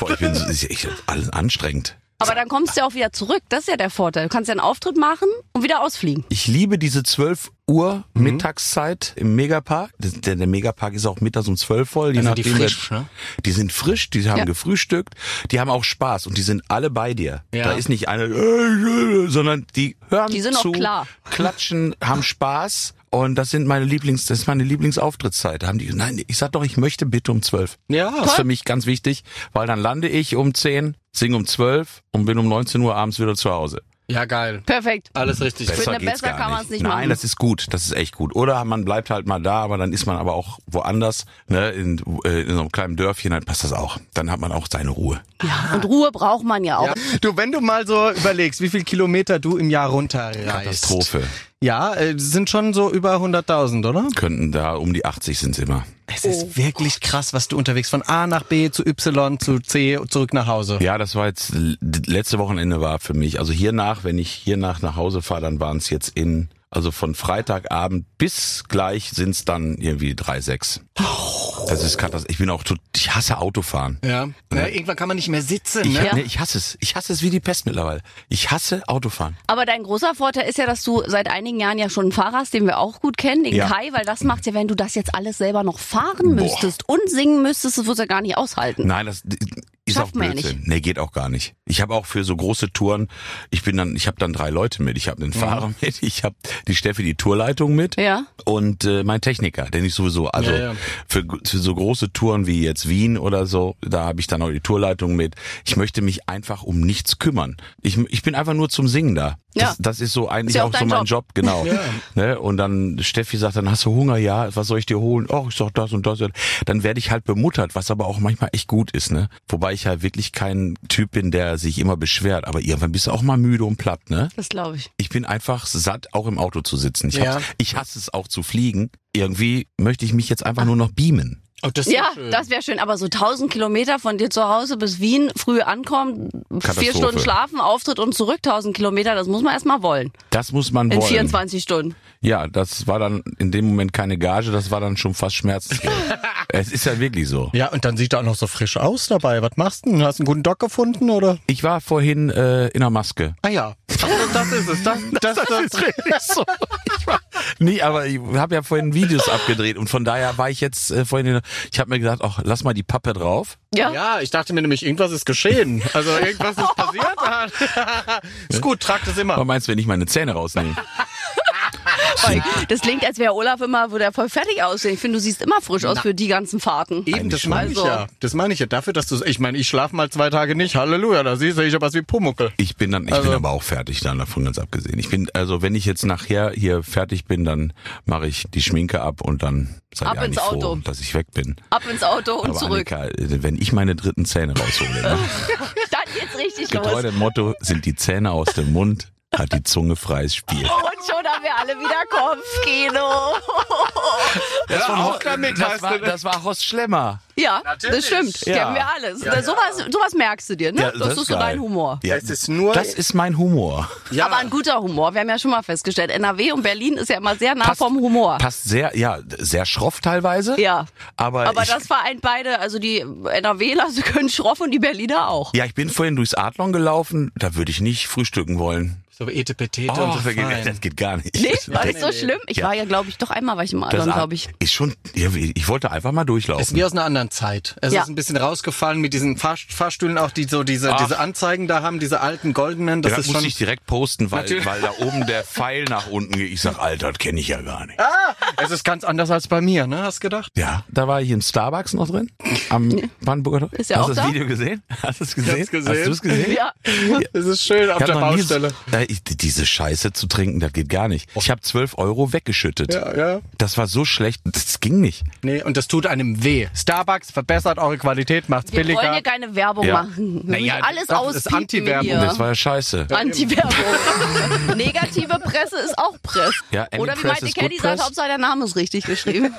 Speaker 2: Boah, ich bin so, ich, ich, alles anstrengend.
Speaker 3: Aber dann kommst du ja auch wieder zurück. Das ist ja der Vorteil. Du kannst ja einen Auftritt machen und wieder ausfliegen.
Speaker 2: Ich liebe diese 12 Uhr
Speaker 1: Mhm.
Speaker 2: Mittagszeit im Megapark. Das- Der, der Megapark ist auch mittags um 12 voll. Je
Speaker 1: Da sind die
Speaker 2: nachdem, wer-
Speaker 1: frisch, ne?
Speaker 2: Die sind frisch, die haben
Speaker 3: Ja.
Speaker 2: gefrühstückt, die haben auch Spaß und die sind alle bei dir.
Speaker 1: Ja.
Speaker 2: Da ist nicht einer, äh, äh, sondern die hören
Speaker 3: Die sind auch
Speaker 2: zu,
Speaker 3: klar.
Speaker 2: klatschen, haben Spaß. Und das sind meine Lieblings, das ist meine Lieblingsauftrittszeit. Da haben die, nein, ich sag doch, ich möchte bitte um zwölf.
Speaker 1: Ja.
Speaker 2: Das ist für mich ganz wichtig, weil dann lande ich um zehn, singe um zwölf und bin um 19 Uhr abends wieder zu Hause.
Speaker 1: Ja, geil.
Speaker 3: Perfekt.
Speaker 1: Alles richtig.
Speaker 3: Besser. finde, kann man's nicht
Speaker 2: Nein,
Speaker 3: machen.
Speaker 2: das ist gut, das ist echt gut. Oder man bleibt halt mal da, aber dann ist man aber auch woanders, ne, in, äh, in so einem kleinen Dörfchen, dann passt das auch. Dann hat man auch seine Ruhe.
Speaker 3: Ja, und Ruhe braucht man ja auch.
Speaker 1: Ja. Du, wenn du mal so überlegst, wie viel Kilometer du im Jahr runterreist.
Speaker 2: Katastrophe.
Speaker 1: Ja, äh, sind schon so über 100.000, oder?
Speaker 2: Könnten da um die 80 sind immer.
Speaker 1: Es ist
Speaker 3: Oh.
Speaker 1: wirklich krass, was du unterwegs von A nach B zu Y zu C zurück nach Hause.
Speaker 2: Ja, das war jetzt l- letzte Wochenende war für mich. Also hiernach, wenn ich hiernach nach Hause fahre, dann waren es jetzt in also von Freitagabend bis gleich sind es dann irgendwie 3,6. Das ist katastrophal. Ich bin auch tot, ich hasse Autofahren.
Speaker 1: Ja. Na, Ne, irgendwann kann man nicht mehr sitzen,
Speaker 2: Ich,
Speaker 1: ne?
Speaker 3: Ja.
Speaker 2: nee, ich hasse es. Ich hasse es wie die Pest mittlerweile. Ich hasse Autofahren.
Speaker 3: Aber dein großer Vorteil ist ja, dass du seit einigen Jahren ja schon einen Fahrer hast, den wir auch gut kennen, den
Speaker 2: Ja.
Speaker 3: Kai, weil das macht ja, wenn du das jetzt alles selber noch fahren müsstest und singen müsstest, das würdest du ja gar nicht aushalten.
Speaker 2: Nein, das d- ist
Speaker 3: Schafft
Speaker 2: auch
Speaker 3: man ja
Speaker 2: Blödsinn. nee, geht auch gar nicht. Ich habe auch für so große Touren, ich bin dann, ich habe dann drei Leute mit. Ich habe einen Fahrer mit, ich habe die Steffi, die Tourleitung mit
Speaker 3: Mhm. Ja.
Speaker 2: und äh, mein Techniker, den ich sowieso, also
Speaker 1: Ja, ja.
Speaker 2: Für, für so große Touren wie jetzt Wien oder so, da habe ich dann auch die Tourleitung mit. Ich möchte mich einfach um nichts kümmern. Ich, ich bin einfach nur zum Singen da.
Speaker 3: Ja.
Speaker 2: Das, das ist so eigentlich
Speaker 3: Ist ja auch
Speaker 2: auch, so
Speaker 3: dein
Speaker 2: mein
Speaker 3: Job.
Speaker 2: Job. Job, genau. Ne? Und dann Steffi sagt, dann hast du Hunger, ja, was soll ich dir holen? Oh, ich sag das und das. und- Dann werde ich halt bemuttert, was aber auch manchmal echt gut ist, ne? Wobei ich halt wirklich kein Typ bin, der sich immer beschwert, aber irgendwann bist du auch mal müde und platt, ne?
Speaker 3: Das glaube ich.
Speaker 2: Ich bin einfach satt, auch im Auto zu sitzen. Ich,
Speaker 1: Ja.
Speaker 2: hab, ich hasse es auch zu fliegen. Irgendwie möchte ich mich jetzt einfach nur noch beamen.
Speaker 1: Oh, das ist
Speaker 3: Ja,
Speaker 1: schön.
Speaker 3: das wäre schön. Aber so 1000 Kilometer von dir zu Hause bis Wien, früh ankommen, vier
Speaker 2: Katastrophe.
Speaker 3: Stunden schlafen, Auftritt und zurück 1000 Kilometer, das muss man erstmal wollen.
Speaker 2: Das muss man
Speaker 3: In
Speaker 2: wollen.
Speaker 3: 24 Stunden.
Speaker 2: Ja, das war dann in dem Moment keine Gage, das war dann schon fast Schmerzensgeld. es ist ja wirklich so.
Speaker 1: ja, und dann sieht er auch noch so frisch aus dabei. Was machst du denn? Hast du einen guten Doc gefunden, oder?
Speaker 2: Ich war vorhin äh, in der Maske.
Speaker 1: Ah ja. das ist es. Das, das, das, ist richtig so.
Speaker 2: Nee, aber ich habe ja vorhin Videos abgedreht und von daher war ich jetzt äh, vorhin, in der- ich habe mir gedacht, ach, lass mal die Pappe drauf.
Speaker 3: Ja.
Speaker 1: Ja, ich dachte mir nämlich, irgendwas ist geschehen. Also irgendwas ist passiert. ist gut, tragt es
Speaker 2: Was
Speaker 1: immer.
Speaker 2: meinst du, wenn ich meine Zähne rausnehme?
Speaker 3: Voll. Das klingt, als wäre Olaf immer, wo der voll fertig aussieht. Ich finde, du siehst immer frisch aus für die ganzen Fahrten.
Speaker 1: Eben, das meine ich
Speaker 3: Also.
Speaker 1: ja. Das meine ich ja. Dafür, dass du Ich meine, ich schlafe mal zwei Tage nicht. Halleluja, da siehst du, ich hab was wie Pumuckel.
Speaker 2: Ich bin dann, ich
Speaker 1: Also-
Speaker 2: bin aber auch fertig dann davon ganz abgesehen. Ich bin, also wenn ich jetzt nachher hier fertig bin, dann mache ich die Schminke ab und dann seid
Speaker 3: Ab
Speaker 2: ihr
Speaker 3: ins
Speaker 2: eigentlich froh,
Speaker 3: Auto.
Speaker 2: dass ich weg bin.
Speaker 3: Ab ins Auto und
Speaker 2: aber
Speaker 3: zurück.
Speaker 2: Annika, äh, wenn ich meine dritten Zähne raushole, ne?
Speaker 3: Dann geht's richtig
Speaker 2: getreu
Speaker 3: los.
Speaker 2: dem Motto, sind die Zähne aus dem Mund, hat die Zunge freies Spiel.
Speaker 3: Und schon haben wir alle wieder Kopfkino.
Speaker 2: Das,
Speaker 1: war auch damit,
Speaker 2: das,
Speaker 1: weißt
Speaker 2: war,
Speaker 1: du.
Speaker 2: das war Horst Schlemmer.
Speaker 3: Ja,
Speaker 1: Natürlich.
Speaker 3: das stimmt.
Speaker 2: Ja.
Speaker 3: Kennen wir alles. Sowas, sowas merkst du dir, ne? das, ist so
Speaker 2: geil.
Speaker 3: dein Humor.
Speaker 2: Ja,
Speaker 1: Es ist nur-
Speaker 2: das ist mein Humor.
Speaker 1: Ja.
Speaker 3: Aber ein guter Humor. Wir haben ja schon mal festgestellt, NRW und Berlin ist ja immer sehr nah Ah, vom Humor.
Speaker 2: Passt sehr, ja, sehr schroff teilweise.
Speaker 3: Ja.
Speaker 2: Aber,
Speaker 3: Aber
Speaker 2: ich,
Speaker 3: das vereint beide, also die NRWler sie können schroff und die Berliner auch.
Speaker 2: ja, ich bin vorhin durchs Adlon gelaufen, da würde ich nicht frühstücken wollen.
Speaker 1: so Ete Petete
Speaker 2: Oh, das, geht, das geht gar nicht.
Speaker 3: Nee,
Speaker 2: Das-
Speaker 3: war das so schlimm? Ich
Speaker 2: Ja.
Speaker 3: war ja, glaube ich, doch einmal war ich im
Speaker 2: das
Speaker 3: Adlon, glaube ich.
Speaker 2: Ist schon, irgendwie- ich wollte einfach mal
Speaker 1: Ist
Speaker 2: durchlaufen.
Speaker 1: wie aus einer anderen Zeit. Es
Speaker 3: Ja.
Speaker 1: ist ein bisschen rausgefallen mit diesen Fahr Fahrstühlen auch, die so diese,
Speaker 2: Ach.
Speaker 1: diese Anzeigen da haben, diese alten goldenen. Das
Speaker 2: Das,
Speaker 1: ist
Speaker 2: muss
Speaker 1: schon.
Speaker 2: ich direkt posten, weil,
Speaker 1: Natürlich.
Speaker 2: weil da oben der Pfeil nach unten geht. Ich sag, Alter, das kenne ich ja gar nicht.
Speaker 1: Ah. Es ist ganz anders als bei mir, ne? Hast gedacht?
Speaker 2: Ja, da war ich im Starbucks noch drin. Am Brandenburger Tor.
Speaker 3: Ist ja
Speaker 2: Hast
Speaker 3: auch
Speaker 2: du das
Speaker 3: da?
Speaker 2: Video gesehen? Hast du es gesehen?
Speaker 1: hab's gesehen.
Speaker 2: Hast du es gesehen?
Speaker 3: Ja.
Speaker 1: Es ist schön auf
Speaker 2: Ich
Speaker 1: der
Speaker 2: hab noch nie so-
Speaker 1: Baustelle.
Speaker 2: Äh, ich, diese Scheiße zu trinken, das geht gar nicht. Ich habe 12 Euro weggeschüttet.
Speaker 1: Ja, ja.
Speaker 2: Das war so schlecht, das ging nicht.
Speaker 1: Nee, und das tut einem weh. Starbucks verbessert eure Qualität, macht's
Speaker 3: Wir wollen
Speaker 1: billiger.
Speaker 3: hier keine Werbung
Speaker 2: Ja.
Speaker 3: machen. Wir
Speaker 1: Naja,
Speaker 3: müssen alles
Speaker 1: das ist
Speaker 3: auspiepen
Speaker 1: Anti-Werbung.
Speaker 2: Das
Speaker 3: hier.
Speaker 2: war ja scheiße.
Speaker 3: Anti-Werbung. Negative Presse ist auch Press.
Speaker 2: Ja, any
Speaker 3: Oder wie
Speaker 2: press
Speaker 3: Michael
Speaker 2: is
Speaker 3: Kelly
Speaker 2: good
Speaker 3: sagt,
Speaker 2: press.
Speaker 3: Hauptsache der Name ist richtig geschrieben.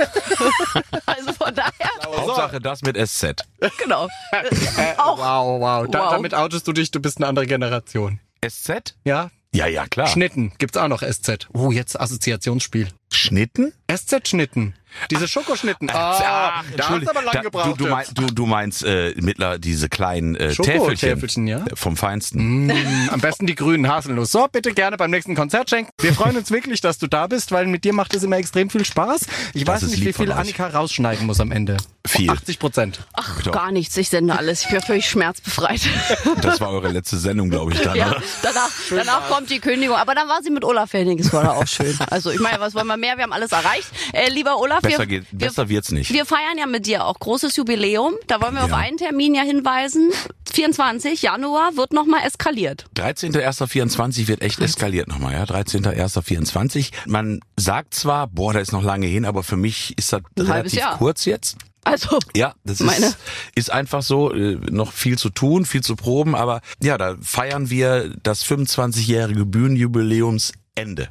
Speaker 3: also von daher,
Speaker 2: Hauptsache das mit SZ.
Speaker 3: genau.
Speaker 2: Äh,
Speaker 3: auch.
Speaker 1: Wow, wow. Da,
Speaker 3: Wow.
Speaker 1: Damit outest du dich, du bist eine andere Generation.
Speaker 2: SZ?
Speaker 1: Ja?
Speaker 2: Ja, ja,
Speaker 1: Ah.
Speaker 2: klar.
Speaker 1: Schnitten gibt's auch noch SZ. Oh, jetzt Assoziationsspiel.
Speaker 2: Schnitten?
Speaker 1: SZ-Schnitten. Diese Schokoschnitten. Ah, da hast du
Speaker 2: Entschuldigung.
Speaker 1: aber lang
Speaker 2: Da-
Speaker 1: gebraucht.
Speaker 2: Du, du,
Speaker 1: jetzt.
Speaker 2: meinst, du, du meinst äh, mittler diese kleinen äh, Täfelchen.
Speaker 1: Schokotäfelchen, ja.
Speaker 2: Äh, Vom Feinsten.
Speaker 1: Mm, Am besten die grünen Haselnuss. So, bitte gerne beim nächsten Konzert schenken. Wir freuen uns wirklich, dass du da bist, weil mit dir macht es immer extrem viel Spaß. Ich
Speaker 2: Das
Speaker 1: weiß
Speaker 2: ist
Speaker 1: nicht,
Speaker 2: lieb
Speaker 1: wie
Speaker 2: von
Speaker 1: viel
Speaker 2: euch.
Speaker 1: Annika rausschneiden muss am Ende.
Speaker 2: Viel.
Speaker 1: 80 Prozent.
Speaker 2: äh,
Speaker 3: Ach, gar nichts. Ich sende alles. Ich bin völlig schmerzbefreit.
Speaker 2: Das war eure letzte Sendung, glaube ich, ne? dann.
Speaker 3: ja,
Speaker 2: oder?
Speaker 3: danach, danach kommt die Kündigung. Aber dann war sie mit Olaf Henning. Das war da auch schön. Also ich meine, was wollen wir mehr? Wir haben alles erreicht. Äh, lieber Olaf,
Speaker 2: Besser,
Speaker 3: wir,
Speaker 2: geht,
Speaker 3: wir,
Speaker 2: besser wird's nicht.
Speaker 3: Wir feiern ja mit dir auch großes Jubiläum. Da wollen wir auf einen Termin ja hinweisen. 24 Januar wird nochmal eskaliert.
Speaker 2: 13.01.24 wird echt eskaliert nochmal, ja. 13.01.24. Man sagt zwar, boah, da ist noch lange hin, aber für mich ist das
Speaker 3: Ein halbes
Speaker 2: relativ
Speaker 3: Jahr.
Speaker 2: kurz jetzt.
Speaker 3: Also,
Speaker 2: Ja, das
Speaker 3: Meine-
Speaker 2: ist, ist einfach so, äh, noch viel zu tun, viel zu proben, aber ja, da feiern wir das 25-jährige Bühnenjubiläumsende.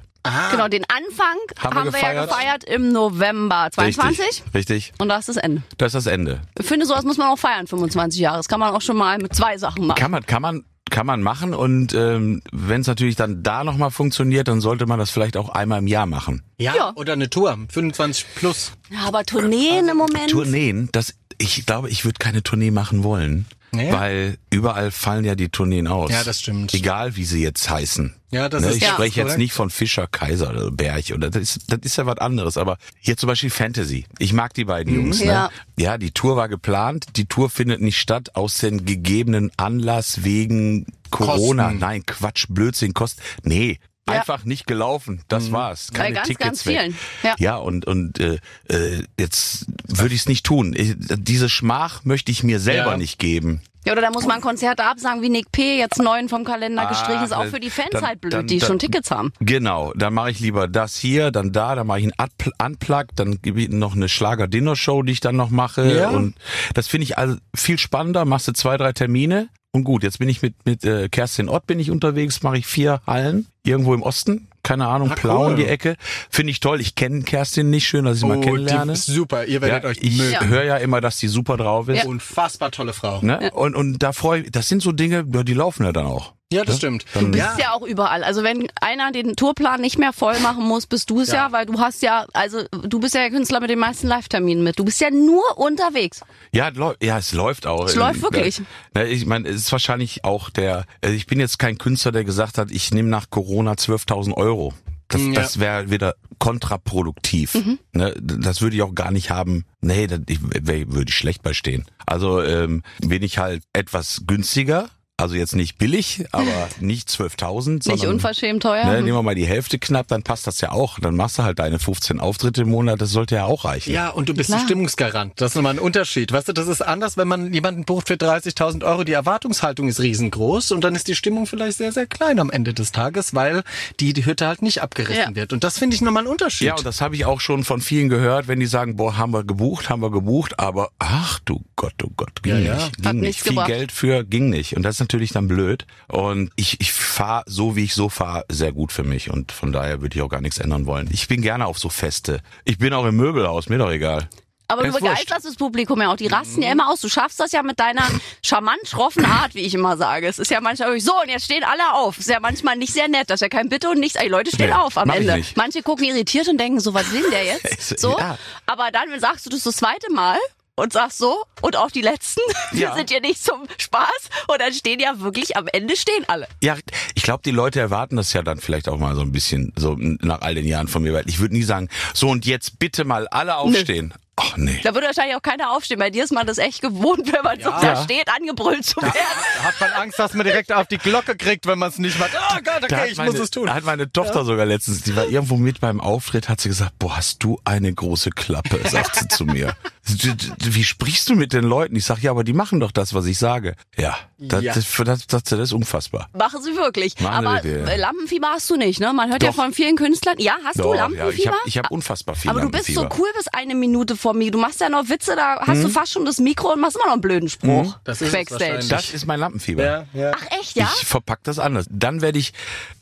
Speaker 3: genau, den Anfang
Speaker 2: Ah. Haben
Speaker 3: haben,
Speaker 2: wir
Speaker 3: wir, ja
Speaker 2: gefeiert.
Speaker 3: gefeiert im November 22.
Speaker 2: Richtig, richtig.
Speaker 3: Und da ist das Ende.
Speaker 2: Das ist das Ende.
Speaker 3: Ich finde, sowas muss man auch feiern, 25 Jahre. Das kann man auch schon mal mit zwei Sachen machen.
Speaker 2: Kann man, kann man, kann man machen und ähm, wenn es natürlich dann da nochmal funktioniert, dann sollte man das vielleicht auch einmal im Jahr machen.
Speaker 1: Ja,
Speaker 3: Ja.
Speaker 1: oder eine Tour. 25 plus.
Speaker 3: Ja, aber Tourneen im Moment.
Speaker 2: Also, Tourneen, das ich glaube, ich würde keine Tournee machen wollen,
Speaker 1: Nee?
Speaker 2: weil überall fallen ja die Tourneen aus.
Speaker 1: Ja, das stimmt.
Speaker 2: Egal wie sie jetzt heißen.
Speaker 1: Ja, das
Speaker 2: ne,
Speaker 1: ist
Speaker 2: ich
Speaker 1: ja,
Speaker 2: spreche jetzt
Speaker 1: korrekt.
Speaker 2: nicht von Fischer, Kaiser oder Berg oder das ist, das ist ja was anderes. Aber hier zum Beispiel Fantasy. Ich mag die beiden Jungs.
Speaker 3: Mhm. Ja.
Speaker 2: Ne? ja, die Tour war geplant. Die Tour findet nicht statt aus dem gegebenen Anlass wegen Corona.
Speaker 1: Kosten.
Speaker 2: Nein, Quatsch, Blödsinn, Kost. Nee.
Speaker 3: Ja.
Speaker 2: Einfach nicht gelaufen, das
Speaker 1: Mhm.
Speaker 2: war's.
Speaker 3: Bei
Speaker 2: Keine
Speaker 3: ganz,
Speaker 2: Tickets
Speaker 3: ganz
Speaker 2: weg.
Speaker 3: vielen. Ja.
Speaker 2: Ja, und, und äh, äh, jetzt würde ich es nicht tun. Ich, diese Schmach möchte ich mir selber
Speaker 1: Ja.
Speaker 2: nicht geben.
Speaker 3: Ja, oder da muss man Konzerte absagen wie Nick P. Jetzt neun vom Kalender gestrichen. Ist
Speaker 2: Ah,
Speaker 3: auch für die Fans
Speaker 2: dann-
Speaker 3: halt blöd,
Speaker 2: dann-
Speaker 3: die
Speaker 2: dann-
Speaker 3: schon Tickets haben.
Speaker 2: Genau, dann mache ich lieber das hier, dann da, dann mache ich ein Unplug, dann gebe ich noch eine Schlager-Dinner-Show, die ich dann noch mache.
Speaker 1: Ja.
Speaker 2: Und das finde ich also viel spannender. Machst du zwei, drei Termine und gut, jetzt bin ich mit, mit äh, Kerstin Ott bin ich unterwegs, mache ich vier Hallen irgendwo im Osten. Keine Ahnung,
Speaker 1: Ah,
Speaker 2: Plauen
Speaker 1: cool.
Speaker 2: die Ecke. Finde ich toll. Ich kenne Kerstin nicht schön, dass ich sie mal kennenlerne.
Speaker 1: Oh, die ist super. Ihr werdet
Speaker 2: Ja,
Speaker 1: euch
Speaker 2: ich
Speaker 1: mögen.
Speaker 3: Ja.
Speaker 2: höre ja immer, dass die super drauf ist.
Speaker 1: Unfassbar tolle Frau.
Speaker 2: Ne? Und, und da freue ich, das sind so Dinge, ja, die laufen ja dann auch.
Speaker 1: Ja, das stimmt.
Speaker 2: Du bist
Speaker 1: ja.
Speaker 3: Ist ja auch überall. Also wenn einer den Tourplan nicht mehr voll machen muss, bist du es ja.
Speaker 1: Ja.
Speaker 3: weil du hast ja, also du bist ja der Künstler mit den meisten Live-Terminen mit. Du bist ja nur unterwegs.
Speaker 2: Ja, es läu- ja, es läuft auch.
Speaker 3: Es läuft wirklich.
Speaker 2: Ne, ich meine, es ist wahrscheinlich auch der, also ich bin jetzt kein Künstler, der gesagt hat, ich nehme nach Corona 12.000 Euro. Das,
Speaker 1: Mm, ja.
Speaker 2: das wäre wieder kontraproduktiv.
Speaker 3: Mhm.
Speaker 2: Ne, d- das würde ich auch gar nicht haben. Nee, da ich, wär- würde ich schlecht bei stehen. Also ähm, bin ich halt etwas günstiger, Also jetzt nicht billig, aber nicht 12.000.
Speaker 3: Nicht
Speaker 2: sondern-
Speaker 3: unverschämt teuer.
Speaker 2: Ne, nehmen wir mal die Hälfte knapp, dann passt das ja auch. Dann machst du halt deine 15 Auftritte im Monat, das sollte ja auch reichen.
Speaker 1: Ja, und du bist
Speaker 3: Klar.
Speaker 1: Stimmungsgarant. Das ist nochmal ein Unterschied. Weißt du, das ist anders, wenn man jemanden bucht für 30.000 Euro. Die Erwartungshaltung ist riesengroß und dann ist die Stimmung vielleicht sehr, sehr klein am Ende des Tages, weil die, die Hütte halt nicht abgerissen
Speaker 3: Ja.
Speaker 1: wird. Und das finde ich nochmal ein Unterschied.
Speaker 2: Ja, und das habe ich auch schon von vielen gehört, wenn die sagen, boah, haben wir gebucht, haben wir gebucht, aber ach du Gott, du Gott, ging
Speaker 1: Ja, ja.
Speaker 2: nicht,
Speaker 3: Hat
Speaker 2: ging nicht.
Speaker 3: nichts
Speaker 2: Viel
Speaker 3: gebracht.
Speaker 2: Geld für ging nicht. Und das ist natürlich dann blöd. Und ich, ich fahre so, wie ich so fahre, sehr gut für mich. Und von daher würde ich auch gar nichts ändern wollen. Ich bin gerne auf so Feste. Ich bin auch im Möbelhaus, mir doch egal.
Speaker 3: Aber du
Speaker 2: Ist wurscht. Mhm.
Speaker 3: begeisterst das Publikum ja auch. Die rasten ja immer aus. Du schaffst das ja mit deiner charmant schroffen Art, wie ich immer sage. Es ist ja manchmal wirklich so, und jetzt stehen alle auf. Ist ja manchmal nicht sehr nett. Das ist ja kein Bitte und nichts. Die Leute stehen
Speaker 2: Nee,
Speaker 3: auf am
Speaker 2: mach ich
Speaker 3: Ende.
Speaker 2: nicht.
Speaker 3: Manche gucken irritiert und denken, so, was will der jetzt?
Speaker 2: Ist-
Speaker 3: So.
Speaker 2: ja.
Speaker 3: Aber dann sagst du das das zweite Mal. Und sagst so, und auch die letzten, wir
Speaker 2: Ja.
Speaker 3: sind hier nicht zum Spaß. Und dann stehen ja wirklich, am Ende stehen alle.
Speaker 2: Ja, ich glaube, die Leute erwarten das ja dann vielleicht auch mal so ein bisschen, so nach all den Jahren von mir. Weil ich würde nie sagen, so und jetzt bitte mal alle aufstehen. Ach nee.
Speaker 3: Da würde wahrscheinlich auch keiner aufstehen. Bei dir ist man das echt gewohnt, wenn man so da
Speaker 2: Ja.
Speaker 3: steht, angebrüllt zu werden.
Speaker 1: Da hat man Angst, dass man direkt auf die Glocke kriegt, wenn man es nicht macht. Oh Gott,
Speaker 2: Da
Speaker 1: okay,
Speaker 2: hat
Speaker 1: ich
Speaker 2: meine,
Speaker 1: muss es tun.
Speaker 2: da Hat meine Tochter sogar letztens, die war irgendwo mit beim Auftritt, hat sie gesagt, boah, hast du eine große Klappe, sagt sie zu mir. D- d- Wie sprichst du mit den Leuten? Ich sag, ja, aber die machen doch das, was ich sage. Ja, das,
Speaker 1: Ja.
Speaker 2: Das, für das, das, das ist unfassbar.
Speaker 3: Machen sie wirklich.
Speaker 2: Machen
Speaker 3: aber
Speaker 2: sie wirklich, ja.
Speaker 3: äh, Lampenfieber hast du nicht, ne? Man hört ja
Speaker 2: Doch.
Speaker 3: von vielen Künstlern. Ja, hast du
Speaker 2: ja,
Speaker 3: Lampenfieber?
Speaker 2: ich habe ich hab unfassbar viel
Speaker 3: aber du bist so
Speaker 2: Lampenfieber. Mhm.
Speaker 3: cool bis eine Minute vor mir. Du machst ja noch Witze, da hast du fast schon das Mikro und machst immer noch einen blöden Spruch.
Speaker 1: Das ist es wahrscheinlich.
Speaker 2: Das ist mein Lampenfieber.
Speaker 1: Ja, ja.
Speaker 3: Ach echt, ja?
Speaker 2: Ich verpack das anders. Dann werde ich,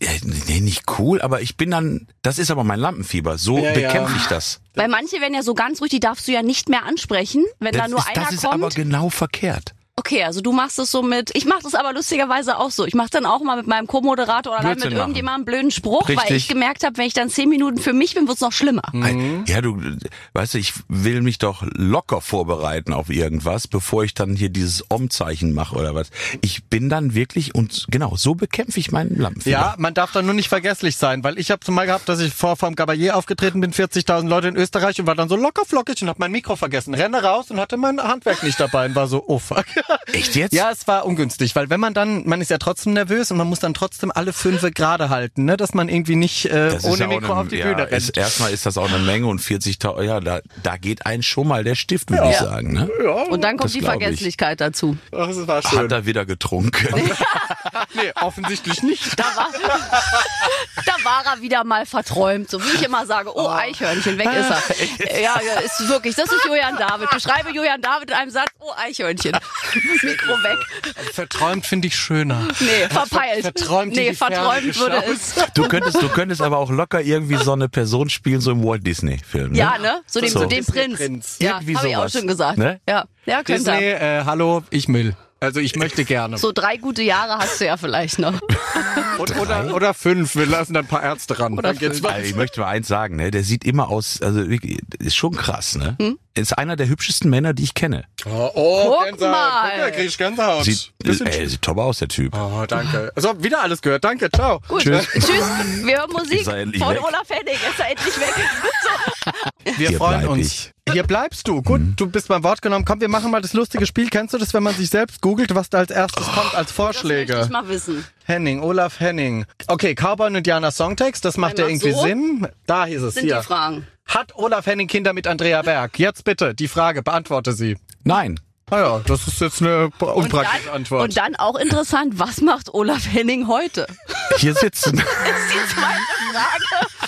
Speaker 2: ja, nee, nicht cool, aber ich bin dann, das ist aber mein Lampenfieber. So
Speaker 1: Ja, ja.
Speaker 2: bekämpfe ich das.
Speaker 3: Weil manche werden ja so ganz ruhig, die darfst du ja nicht mehr ansprechen, wenn da
Speaker 2: Das,
Speaker 3: nur
Speaker 2: ist,
Speaker 3: einer
Speaker 2: das ist aber
Speaker 3: kommt.
Speaker 2: genau verkehrt.
Speaker 3: okay, also du machst es so mit, ich mach das aber lustigerweise auch so. Ich mach dann auch mal mit meinem Co-Moderator oder dann mit
Speaker 2: Blödsinn machen.
Speaker 3: irgendjemandem einen blöden Spruch, weil
Speaker 2: Richtig. Mhm.
Speaker 3: ich gemerkt habe, wenn ich dann zehn Minuten für mich bin, wird's noch schlimmer.
Speaker 1: Mhm.
Speaker 2: Ja, du, weißt du, ich will mich doch locker vorbereiten auf irgendwas, bevor ich dann hier dieses Om-Zeichen mache oder was. Ich bin dann wirklich und genau, so bekämpfe ich meinen Lampenfieber.
Speaker 1: Ja, man darf da nur nicht vergesslich sein, weil ich habe zum Mal gehabt, dass ich vor vom Gabalier aufgetreten bin, 40.000 Leute in Österreich und war dann so lockerflockig und habe mein Mikro vergessen, renne raus und hatte mein Handwerk nicht dabei und war so, oh fuck.
Speaker 2: Echt jetzt?
Speaker 1: Ja, es war ungünstig, weil wenn man dann, man ist ja trotzdem nervös und man muss dann trotzdem alle Fünfe gerade halten, ne, dass man irgendwie nicht äh,
Speaker 2: Das ist
Speaker 1: ohne
Speaker 2: ja auch
Speaker 1: Mikro
Speaker 2: eine-
Speaker 1: auf die
Speaker 2: ja,
Speaker 1: Bühne
Speaker 2: Ist,
Speaker 1: rennt.
Speaker 2: erstmal ist das auch eine Menge und 40.000, ja, da, da geht ein schon mal der Stift, würde ich sagen. Ne?
Speaker 3: Und dann kommt
Speaker 2: Das
Speaker 3: die
Speaker 2: glaub ich.
Speaker 3: Vergesslichkeit dazu.
Speaker 1: Ach, es war
Speaker 2: Hat
Speaker 1: schön.
Speaker 2: er wieder getrunken.
Speaker 1: Nee, offensichtlich nicht.
Speaker 3: Da war, da war er wieder mal verträumt, so wie ich immer sage, oh Eichhörnchen, weg ist er. Ja, ja, ist wirklich, das ist Julian David. Beschreibe Julian David in einem Satz, oh Eichhörnchen. Das Mikro weg.
Speaker 1: Verträumt finde ich schöner.
Speaker 3: Nee, verpeilt.
Speaker 1: verträumt in
Speaker 3: nee,
Speaker 1: die Ferne
Speaker 3: verträumt würde
Speaker 1: geschaut.
Speaker 3: es.
Speaker 2: Du könntest, du könntest aber auch locker irgendwie so eine Person spielen, so im Walt Disney-Film. Ne?
Speaker 3: Ja, ne? So den,
Speaker 2: So.
Speaker 3: so den Prinz.
Speaker 1: Prinz.
Speaker 3: Ja,
Speaker 2: Irgendwie
Speaker 3: habe ich auch
Speaker 2: sowas.
Speaker 3: schon gesagt.
Speaker 2: Ne?
Speaker 3: Ja, ja könnte.
Speaker 1: Disney,
Speaker 3: er.
Speaker 1: äh, hallo, ich will. Also ich möchte gerne.
Speaker 3: So drei gute Jahre hast du ja vielleicht noch.
Speaker 1: Und, oder, oder fünf, wir lassen dann ein paar Ärzte ran. Oder dann geht's
Speaker 2: Also ich möchte mal eins sagen, ne? Der sieht immer aus, also wirklich, ist schon krass, ne?
Speaker 3: Hm?
Speaker 2: Ist einer der hübschesten Männer, die ich kenne.
Speaker 1: Oh, oh
Speaker 3: Guck mal.
Speaker 1: Guck mal, krieg ich Gänsehaut.
Speaker 2: Sieht,
Speaker 1: Bisschen
Speaker 2: ey, sieht top aus, der Typ.
Speaker 1: Oh, danke. So, wieder alles gehört. Danke, ciao.
Speaker 3: Gut.
Speaker 2: Tschüss.
Speaker 3: Tschüss. Wir hören Musik
Speaker 2: Ist er
Speaker 3: von
Speaker 2: endlich weg?
Speaker 3: Olaf Henning. Ist er endlich weg?
Speaker 1: Wir
Speaker 2: Hier
Speaker 1: freuen
Speaker 2: bleib
Speaker 1: uns.
Speaker 2: ich. Mhm.
Speaker 1: Hier bleibst du. Gut, du bist beim Wort genommen. Komm, wir machen mal das lustige Spiel. Kennst du das, wenn man sich selbst googelt, was da als erstes kommt, als
Speaker 3: Oh, Das möchte ich
Speaker 1: Vorschläge?
Speaker 3: mal wissen.
Speaker 1: Henning, Olaf Henning. Okay, Cowboy und Indianer Songtext, das macht ja
Speaker 3: Einmal
Speaker 1: irgendwie
Speaker 3: so.
Speaker 1: Sinn. Da hieß es
Speaker 3: Sind
Speaker 1: hier.
Speaker 3: die Fragen.
Speaker 1: Hat Olaf Henning Kinder mit Andrea Berg? Jetzt bitte, die Frage, beantworte sie.
Speaker 2: Nein.
Speaker 1: Naja, das ist jetzt eine
Speaker 3: Und dann,
Speaker 1: unpraktische Antwort.
Speaker 3: und dann auch interessant, was macht Olaf Henning heute?
Speaker 2: Hier sitzen.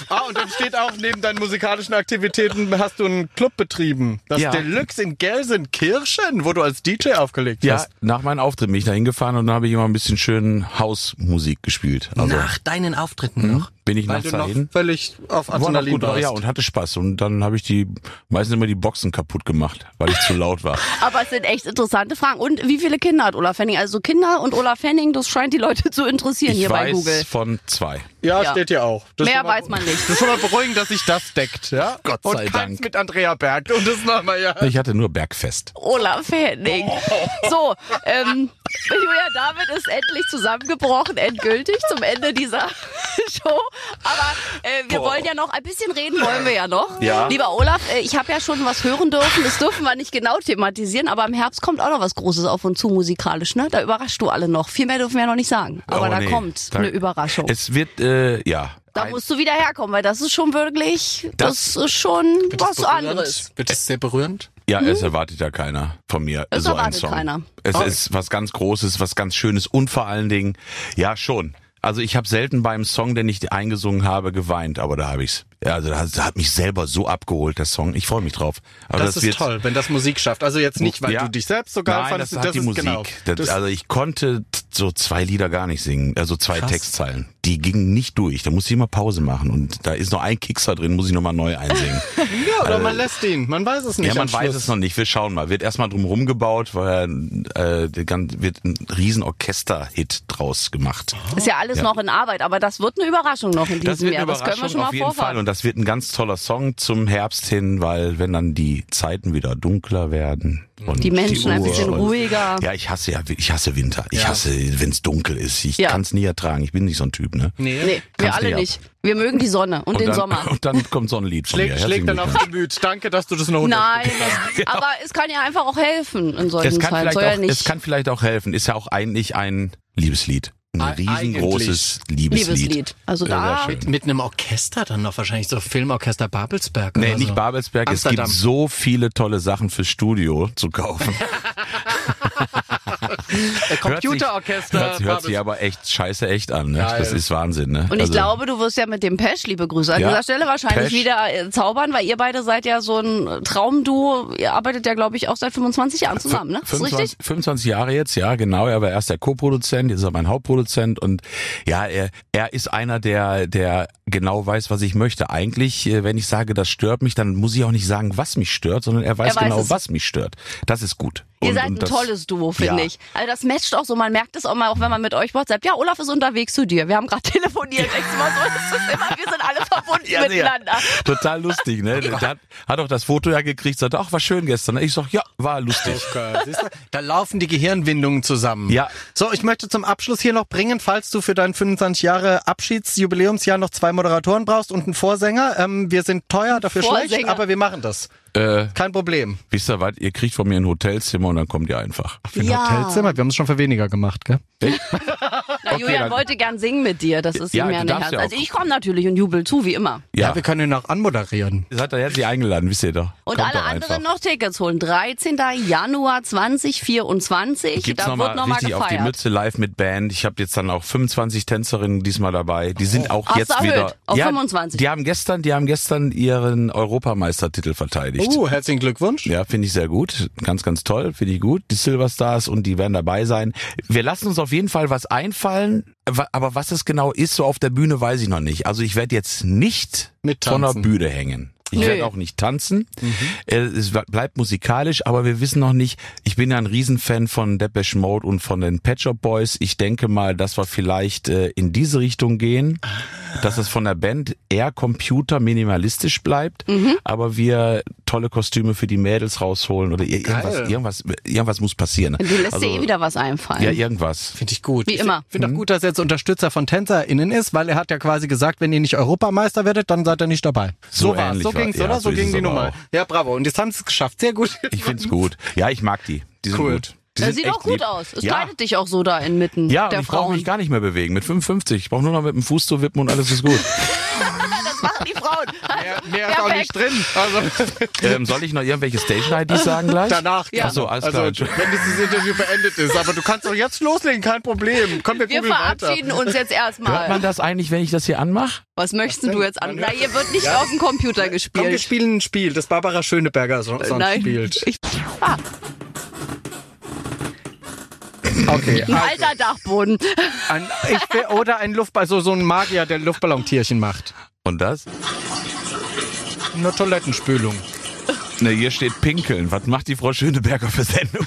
Speaker 1: Ah, und dann steht auch, neben deinen musikalischen Aktivitäten hast du einen Club betrieben. Das
Speaker 2: Ja.
Speaker 1: Deluxe in Gelsenkirchen, wo du als DJ aufgelegt
Speaker 2: ja,
Speaker 1: hast.
Speaker 2: nach meinem Auftritt bin ich da hingefahren und dann habe ich immer ein bisschen schön Hausmusik gespielt. Also
Speaker 1: deinen Auftritten noch?
Speaker 2: bin ich
Speaker 1: Weil
Speaker 2: nachts
Speaker 1: du noch
Speaker 2: dahin.
Speaker 1: völlig auf
Speaker 2: War noch
Speaker 1: Adrenalin
Speaker 2: gut, war,
Speaker 1: warst.
Speaker 2: ja, und hatte Spaß. Und dann habe ich die meistens immer die Boxen kaputt gemacht, weil ich zu laut war.
Speaker 3: Aber es sind echt interessante Fragen. Und wie viele Kinder hat Olaf Henning? Also Kinder und Olaf Henning, das scheint die Leute zu interessieren
Speaker 2: Ich
Speaker 3: hier
Speaker 2: weiß
Speaker 3: bei Google.
Speaker 2: von zwei.
Speaker 1: ja,
Speaker 3: Ja.
Speaker 1: steht hier auch. Das ist
Speaker 3: Mehr
Speaker 1: schon mal-
Speaker 3: weiß man nicht.
Speaker 1: Das ist schon mal beruhigend, dass sich das deckt, ja?
Speaker 2: Gott
Speaker 1: und
Speaker 2: sei
Speaker 1: keins
Speaker 2: Dank.
Speaker 1: mit Andrea Berg. Und das nochmal, ja.
Speaker 2: Ich hatte nur Bergfest.
Speaker 3: Olaf Henning. So, ähm, Julia, damit ist endlich zusammengebrochen, endgültig zum Ende dieser Show. Aber äh, wir wollen ja noch ein bisschen reden, wollen wir ja noch.
Speaker 2: Ja.
Speaker 3: Lieber Olaf, äh, ich habe ja schon was hören dürfen. Das dürfen wir nicht genau thematisieren, aber im Herbst kommt auch noch was Großes auf uns zu musikalisch. Ne? Da überraschst du alle noch. Viel mehr dürfen wir ja noch nicht sagen. Aber
Speaker 2: Oh,
Speaker 3: da
Speaker 2: nee.
Speaker 3: kommt
Speaker 2: Da-
Speaker 3: eine Überraschung.
Speaker 2: Es wird, äh, ja.
Speaker 3: Da
Speaker 2: ein-
Speaker 3: musst du wieder herkommen, weil das ist schon wirklich, das,
Speaker 2: Das-
Speaker 3: ist schon
Speaker 1: Wird das
Speaker 3: was
Speaker 1: berührend?
Speaker 3: anderes.
Speaker 1: Wird das sehr berührend?
Speaker 2: ja, es erwartet ja keiner von mir.
Speaker 3: Es
Speaker 2: so
Speaker 3: erwartet
Speaker 2: ein Song.
Speaker 3: keiner.
Speaker 2: Es
Speaker 1: Oh.
Speaker 2: ist was ganz Großes, was ganz Schönes und vor allen Dingen, ja schon. Also ich habe selten beim Song, den ich eingesungen habe, geweint, aber da habe ich's. Ja, also das hat mich selber so abgeholt, der Song. Ich freue mich drauf. Aber
Speaker 1: Das, ist
Speaker 2: wird-
Speaker 1: toll, wenn das Musik schafft. Also jetzt nicht, weil
Speaker 2: Ja.
Speaker 1: du dich selbst sogar
Speaker 2: Nein,
Speaker 1: fandest.
Speaker 2: das, hat die
Speaker 1: ist
Speaker 2: Musik.
Speaker 1: genau.
Speaker 2: Das,
Speaker 1: Das-
Speaker 2: also ich konnte t- so zwei Lieder gar nicht singen, also zwei
Speaker 1: Krass.
Speaker 2: Textzeilen. Die gingen nicht durch. Da musste ich immer Pause machen und da ist noch ein Kickser drin, muss ich nochmal neu einsingen.
Speaker 1: ja, oder man lässt ihn. Man weiß es nicht.
Speaker 2: ja, man
Speaker 1: am
Speaker 2: weiß
Speaker 1: Schluss.
Speaker 2: es noch nicht. Wir schauen mal. Wird erstmal drum rumgebaut, weil äh, der gan- wird ein riesen Orchester-Hit draus gemacht.
Speaker 3: Ist ja alles noch in Arbeit, aber das wird eine Überraschung noch in
Speaker 2: Das
Speaker 3: diesem
Speaker 2: wird eine
Speaker 3: Jahr. Das können wir
Speaker 2: Überraschung
Speaker 3: schon mal
Speaker 2: auf jeden Fall
Speaker 3: vorfahren.
Speaker 2: und das wird ein ganz toller Song zum Herbst hin, weil wenn dann die Zeiten wieder dunkler werden und
Speaker 3: Die Menschen ein
Speaker 2: Uhr
Speaker 3: bisschen
Speaker 2: und-
Speaker 3: ruhiger.
Speaker 2: Ja, ich hasse ja, ich hasse Winter. Ich
Speaker 1: Ja.
Speaker 2: hasse, wenn es dunkel ist. Ich
Speaker 3: Ja.
Speaker 2: kann's nie ertragen. Ich bin nicht so ein Typ, ne?
Speaker 1: Nee.
Speaker 3: Nee, wir
Speaker 2: Kannst
Speaker 3: alle
Speaker 2: nicht ab.
Speaker 3: nicht. Wir mögen die Sonne und, den
Speaker 2: dann,
Speaker 3: Sommer.
Speaker 2: Und dann kommt so ein Lied von mir.
Speaker 1: Schlägt, schlägt
Speaker 2: Herzlichen
Speaker 1: dann aufs
Speaker 2: Glückwunsch.
Speaker 1: Gemüt. Danke, dass du das noch
Speaker 3: Nein,
Speaker 1: unterstützt
Speaker 3: aber es kann ja einfach auch helfen in solchen
Speaker 2: Das kann,
Speaker 3: Zeiten.
Speaker 2: vielleicht
Speaker 3: Soll ja
Speaker 2: auch,
Speaker 3: halt nicht.
Speaker 2: es kann vielleicht auch helfen. Ist ja auch eigentlich ein Liebeslied. Ein
Speaker 1: Ei-
Speaker 2: riesengroßes Liebeslied.
Speaker 3: Liebeslied. Also da
Speaker 2: Ja, sehr schön.
Speaker 1: Mit einem Orchester dann noch wahrscheinlich, so Filmorchester Babelsberg.
Speaker 2: Nee,
Speaker 1: oder so.
Speaker 2: nicht Babelsberg.
Speaker 1: Amsterdam.
Speaker 2: Es gibt so viele tolle Sachen fürs Studio zu kaufen.
Speaker 1: Äh, Computerorchester
Speaker 2: Hört, sich- hört sich
Speaker 1: Babelsberg.
Speaker 2: aber echt scheiße echt an. Ne?
Speaker 1: Geil.
Speaker 2: Das ist Wahnsinn. Ne?
Speaker 3: und ich
Speaker 2: Also,
Speaker 3: glaube, du wirst ja mit dem Pesch, liebe Grüße, an
Speaker 2: Ja.
Speaker 3: dieser Stelle wahrscheinlich
Speaker 2: Pesch.
Speaker 3: wieder äh, zaubern, weil ihr beide seid ja so ein Traumduo. Ihr arbeitet ja, glaube ich, auch seit 25 Jahren zusammen, ne? Ist das
Speaker 2: 25,
Speaker 3: richtig?
Speaker 2: 25 Jahre jetzt, ja, genau. Er war erst der Co-Produzent, jetzt ist er mein Hauptproduzent und ja, er, er ist einer, der, der genau weiß, was ich möchte. Eigentlich, äh, wenn ich sage, das stört mich, dann muss ich auch nicht sagen, was mich stört, sondern er weiß,
Speaker 3: Er weiß
Speaker 2: genau,
Speaker 3: es.
Speaker 2: was mich stört. Das ist gut.
Speaker 3: Ihr
Speaker 2: Und-
Speaker 3: seid
Speaker 2: und
Speaker 3: ein
Speaker 2: das-
Speaker 3: tolles Duo, finde
Speaker 2: Ja.
Speaker 3: ich. Also das matcht auch so, man merkt es auch mal, auch wenn man mit euch WhatsApp. Ja, Olaf ist unterwegs zu dir. Wir haben gerade telefoniert. Denkst du mal so, es ist immer, wir sind alle verbunden
Speaker 2: Ja, sehr.
Speaker 3: miteinander.
Speaker 2: Total lustig, ne? Der hat, hat auch das Foto ja gekriegt, sagte, ach, war schön gestern. Ich sag, ja, war lustig.
Speaker 1: Babelsberg. Siehst du? Da laufen die Gehirnwindungen zusammen.
Speaker 2: Ja.
Speaker 1: So, ich möchte zum Abschluss hier noch bringen, falls du für dein 25 Jahre Abschiedsjubiläumsjahr noch zwei Moderatoren brauchst und einen Vorsänger. Ähm, wir sind teuer, dafür schlecht,
Speaker 3: Vorsänger.
Speaker 1: aber wir machen das.
Speaker 2: Äh,
Speaker 1: Kein Problem.
Speaker 2: wisst ihr was? Ihr kriegt von mir ein Hotelzimmer und dann kommt ihr einfach.
Speaker 1: Für ein
Speaker 3: Ah.
Speaker 1: Hotelzimmer, wir haben es schon für weniger gemacht, gell?
Speaker 3: Na, Julian
Speaker 2: dann-
Speaker 3: wollte gern singen mit dir. Das ist
Speaker 2: Ja,
Speaker 3: ihm
Speaker 2: du
Speaker 3: ja eine
Speaker 2: darfst
Speaker 3: Herz.
Speaker 2: ja auch.
Speaker 3: also ich komme natürlich und jubel zu, wie immer.
Speaker 1: Ja, wir können ihn auch anmoderieren.
Speaker 2: Das hat er herzlich eingeladen, wisst ihr doch.
Speaker 3: Und
Speaker 2: Kommt
Speaker 3: alle
Speaker 2: doch
Speaker 3: anderen
Speaker 2: einfach.
Speaker 3: noch Tickets holen. 13. Januar 2024.
Speaker 2: Gibt's
Speaker 3: da
Speaker 2: noch mal
Speaker 3: wird nochmal
Speaker 2: richtig
Speaker 3: gefeiert.
Speaker 2: auf die Mütze live mit Band. Ich habe jetzt dann auch 25 Tänzerinnen diesmal dabei. Die sind auch
Speaker 3: Oh, Hast du
Speaker 2: jetzt
Speaker 3: erhöht
Speaker 2: wieder
Speaker 3: auf 25?
Speaker 2: Die haben gestern, die haben gestern ihren Europameistertitel verteidigt.
Speaker 3: Oh.
Speaker 1: Uh, herzlichen Glückwunsch.
Speaker 2: Ja, finde ich sehr gut. Ganz, ganz toll. Finde ich gut. Die Silver Stars und die werden dabei sein. Wir lassen uns auf jeden Fall was einfallen. Wa- Aber was es genau ist, so auf der Bühne, weiß ich noch nicht. Also ich werde jetzt nicht
Speaker 1: Mit
Speaker 2: von der
Speaker 1: tanzen. Mhm.
Speaker 2: Bühne hängen. Ich
Speaker 3: Nö.
Speaker 2: werde auch nicht tanzen. Äh, Es wa- bleibt musikalisch, aber wir wissen noch nicht. Ich bin ja ein Riesenfan von Depeche Mode und von den Pet Shop Boys. Ich denke mal, dass wir vielleicht äh, in diese Richtung gehen dass es von der Band eher computer minimalistisch bleibt,
Speaker 3: Mhm.
Speaker 2: aber wir tolle Kostüme für die Mädels rausholen oder ir- irgendwas,
Speaker 1: Geil.
Speaker 2: irgendwas, irgendwas muss passieren.
Speaker 3: Du lässt
Speaker 2: Also,
Speaker 3: dir eh wieder was einfallen.
Speaker 2: Ja, irgendwas.
Speaker 1: Finde ich gut.
Speaker 3: Wie immer.
Speaker 1: Ich finde
Speaker 2: Mhm.
Speaker 1: auch gut, dass er jetzt Unterstützer von TänzerInnen ist, weil er hat ja quasi gesagt, wenn ihr nicht Europameister werdet, dann seid ihr nicht dabei. So,
Speaker 2: So
Speaker 1: war's.
Speaker 2: ähnlich
Speaker 1: So
Speaker 2: war-
Speaker 1: ging's,
Speaker 2: ja,
Speaker 1: oder? So,
Speaker 2: so ist
Speaker 1: ging
Speaker 2: es
Speaker 1: die
Speaker 2: aber
Speaker 1: Nummer.
Speaker 2: auch.
Speaker 1: Ja, bravo. Und jetzt haben sie es geschafft. Sehr gut.
Speaker 2: Ich find's gut. Ja, ich mag die. Die sind
Speaker 1: Cool.
Speaker 2: gut. Die
Speaker 3: das
Speaker 2: sind
Speaker 3: Äh, sieht
Speaker 2: echt
Speaker 3: auch gut
Speaker 2: lieb.
Speaker 3: aus. Es
Speaker 2: ja.
Speaker 3: kleidet dich auch so da inmitten
Speaker 2: Ja, und
Speaker 3: der
Speaker 2: ich brauche
Speaker 3: Frauen.
Speaker 2: mich gar nicht mehr bewegen. Mit 55. Ich brauche nur noch mit dem Fuß zu wippen und alles ist gut.
Speaker 3: das machen die Frauen. Also,
Speaker 1: Mehr ist auch nicht
Speaker 3: perfekt.
Speaker 1: drin. Also,
Speaker 2: ähm, soll ich noch irgendwelche Station-IDs sagen gleich?
Speaker 1: danach.
Speaker 2: Ja. Ach so, alles
Speaker 1: also,
Speaker 2: klar.
Speaker 1: wenn dieses Interview beendet ist. Aber du kannst doch jetzt loslegen, kein Problem. Komm, wir,
Speaker 3: Wir
Speaker 1: googeln
Speaker 3: verabschieden
Speaker 1: weiter.
Speaker 3: uns jetzt
Speaker 2: Hört man
Speaker 3: erstmal.
Speaker 2: das eigentlich, wenn ich das hier anmache?
Speaker 3: Was möchtest du jetzt an? Na, hier wird nicht auf dem
Speaker 1: Komm,
Speaker 3: Computer
Speaker 1: wir
Speaker 3: gespielt.
Speaker 1: spielen ein Spiel, das Barbara Schöneberger so, sonst
Speaker 3: Nein.
Speaker 1: spielt.
Speaker 3: Ich, ah,
Speaker 1: Okay. also.
Speaker 3: ein alter Dachboden.
Speaker 1: Ein, ich will, oder ein Luftballon, so, so ein Magier, der Luftballontierchen macht.
Speaker 2: Und das?
Speaker 1: Eine Toilettenspülung.
Speaker 2: Ne, hier steht Pinkeln. Was macht die Frau Schöneberger für Sendung?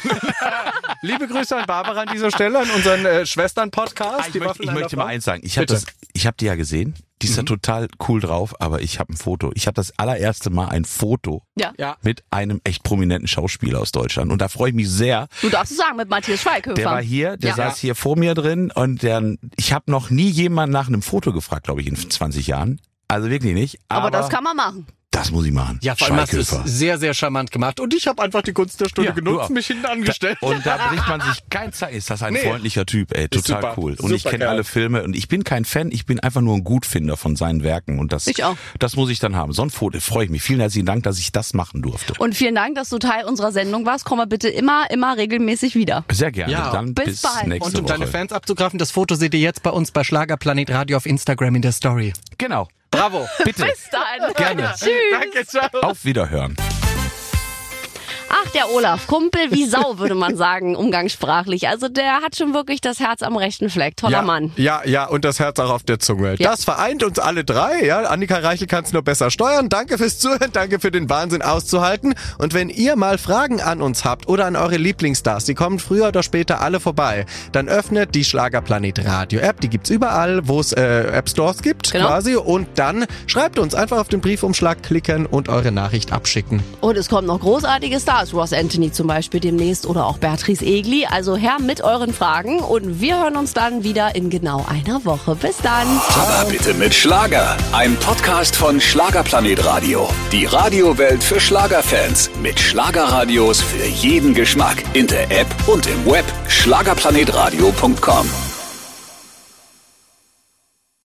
Speaker 1: Liebe Grüße an Barbara an dieser Stelle, an unseren äh,
Speaker 2: Ah,
Speaker 1: Schwestern-Podcast.
Speaker 2: ich
Speaker 1: die
Speaker 2: möchte,
Speaker 1: Waffeln
Speaker 2: ich
Speaker 1: einer
Speaker 2: möchte
Speaker 1: Frau.
Speaker 2: mal eins sagen. Ich habe
Speaker 1: Bitte. Mhm.
Speaker 2: das, ich habe die ja gesehen Die ist da total cool drauf, aber ich habe ein Foto. Ich habe das allererste Mal ein Foto
Speaker 3: Ja.
Speaker 1: Ja.
Speaker 2: mit einem echt prominenten Schauspieler aus Deutschland. Und da freue ich mich sehr.
Speaker 3: Du darfst es sagen, mit Matthias Schweighöfer.
Speaker 2: Der war hier, der
Speaker 3: Ja.
Speaker 2: saß hier vor mir drin und der, ich habe noch nie jemanden nach einem Foto gefragt, glaube ich, in 20 Jahren. Also wirklich nicht. Aber,
Speaker 3: Aber, das kann man machen.
Speaker 2: das muss ich machen.
Speaker 1: Ja, vor allem hast du es
Speaker 2: Schweighöfer.
Speaker 1: sehr, sehr charmant gemacht. Und ich habe einfach die Kunst der Stunde
Speaker 2: Ja, du auch.
Speaker 1: genutzt, mich hinten angestellt.
Speaker 2: Da, und da bricht man sich kein Zeit. Ist das ein
Speaker 1: Nee.
Speaker 2: freundlicher Typ, ey,
Speaker 1: Ist
Speaker 2: total
Speaker 1: super.
Speaker 2: cool. Und ich
Speaker 1: Super
Speaker 2: kenne
Speaker 1: geil.
Speaker 2: alle Filme und ich bin kein Fan, ich bin einfach nur ein Gutfinder von seinen Werken und das
Speaker 3: Ich auch.
Speaker 2: das muss ich dann haben. So ein Foto, freue ich mich. Vielen herzlichen Dank, dass ich das machen durfte.
Speaker 3: Und vielen Dank, dass du Teil unserer Sendung warst. Komm mal bitte immer, immer regelmäßig wieder.
Speaker 2: Sehr gerne.
Speaker 1: Ja.
Speaker 2: Dann bis,
Speaker 3: Bis bald.
Speaker 2: nächste
Speaker 1: Und um
Speaker 2: Woche.
Speaker 1: deine Fans abzugreifen, das Foto seht ihr jetzt bei uns bei Schlagerplanet Radio auf Instagram in der Story.
Speaker 2: Genau.
Speaker 1: Bravo.
Speaker 2: Bitte
Speaker 3: Bis dann.
Speaker 1: Gerne.
Speaker 3: Tschüss.
Speaker 1: Danke, ciao.
Speaker 2: auf Wiederhören.
Speaker 3: Ach, der Olaf, Kumpel wie Sau, würde man sagen, umgangssprachlich. Also der hat schon wirklich das Herz am rechten Fleck. Toller
Speaker 1: ja,
Speaker 3: Mann.
Speaker 1: Ja, ja, und das Herz auch auf der Zunge. Das vereint uns alle drei. Ja, Annika Reichel kann es nur besser steuern. Danke fürs Zuhören, danke für den Wahnsinn auszuhalten. Und wenn ihr mal Fragen an uns habt oder an eure Lieblingsstars, die kommen früher oder später alle vorbei, dann öffnet die Schlagerplanet Radio App. Die gibt's überall, wo es äh, App Stores gibt
Speaker 3: Genau.
Speaker 1: quasi. Und dann schreibt uns einfach auf den Briefumschlag klicken und eure Nachricht abschicken.
Speaker 3: Und es kommen noch großartige Stars, Ross Anthony zum Beispiel demnächst oder auch Beatrice Egli. Also her mit euren Fragen und wir hören uns dann wieder in genau einer Woche. Bis dann.
Speaker 4: Aber bitte mit Schlager. Ein Podcast von Schlagerplanet Radio. Die Radiowelt für Schlagerfans. Mit Schlagerradios für jeden Geschmack. In der App und im Web. Schlagerplanetradio.com.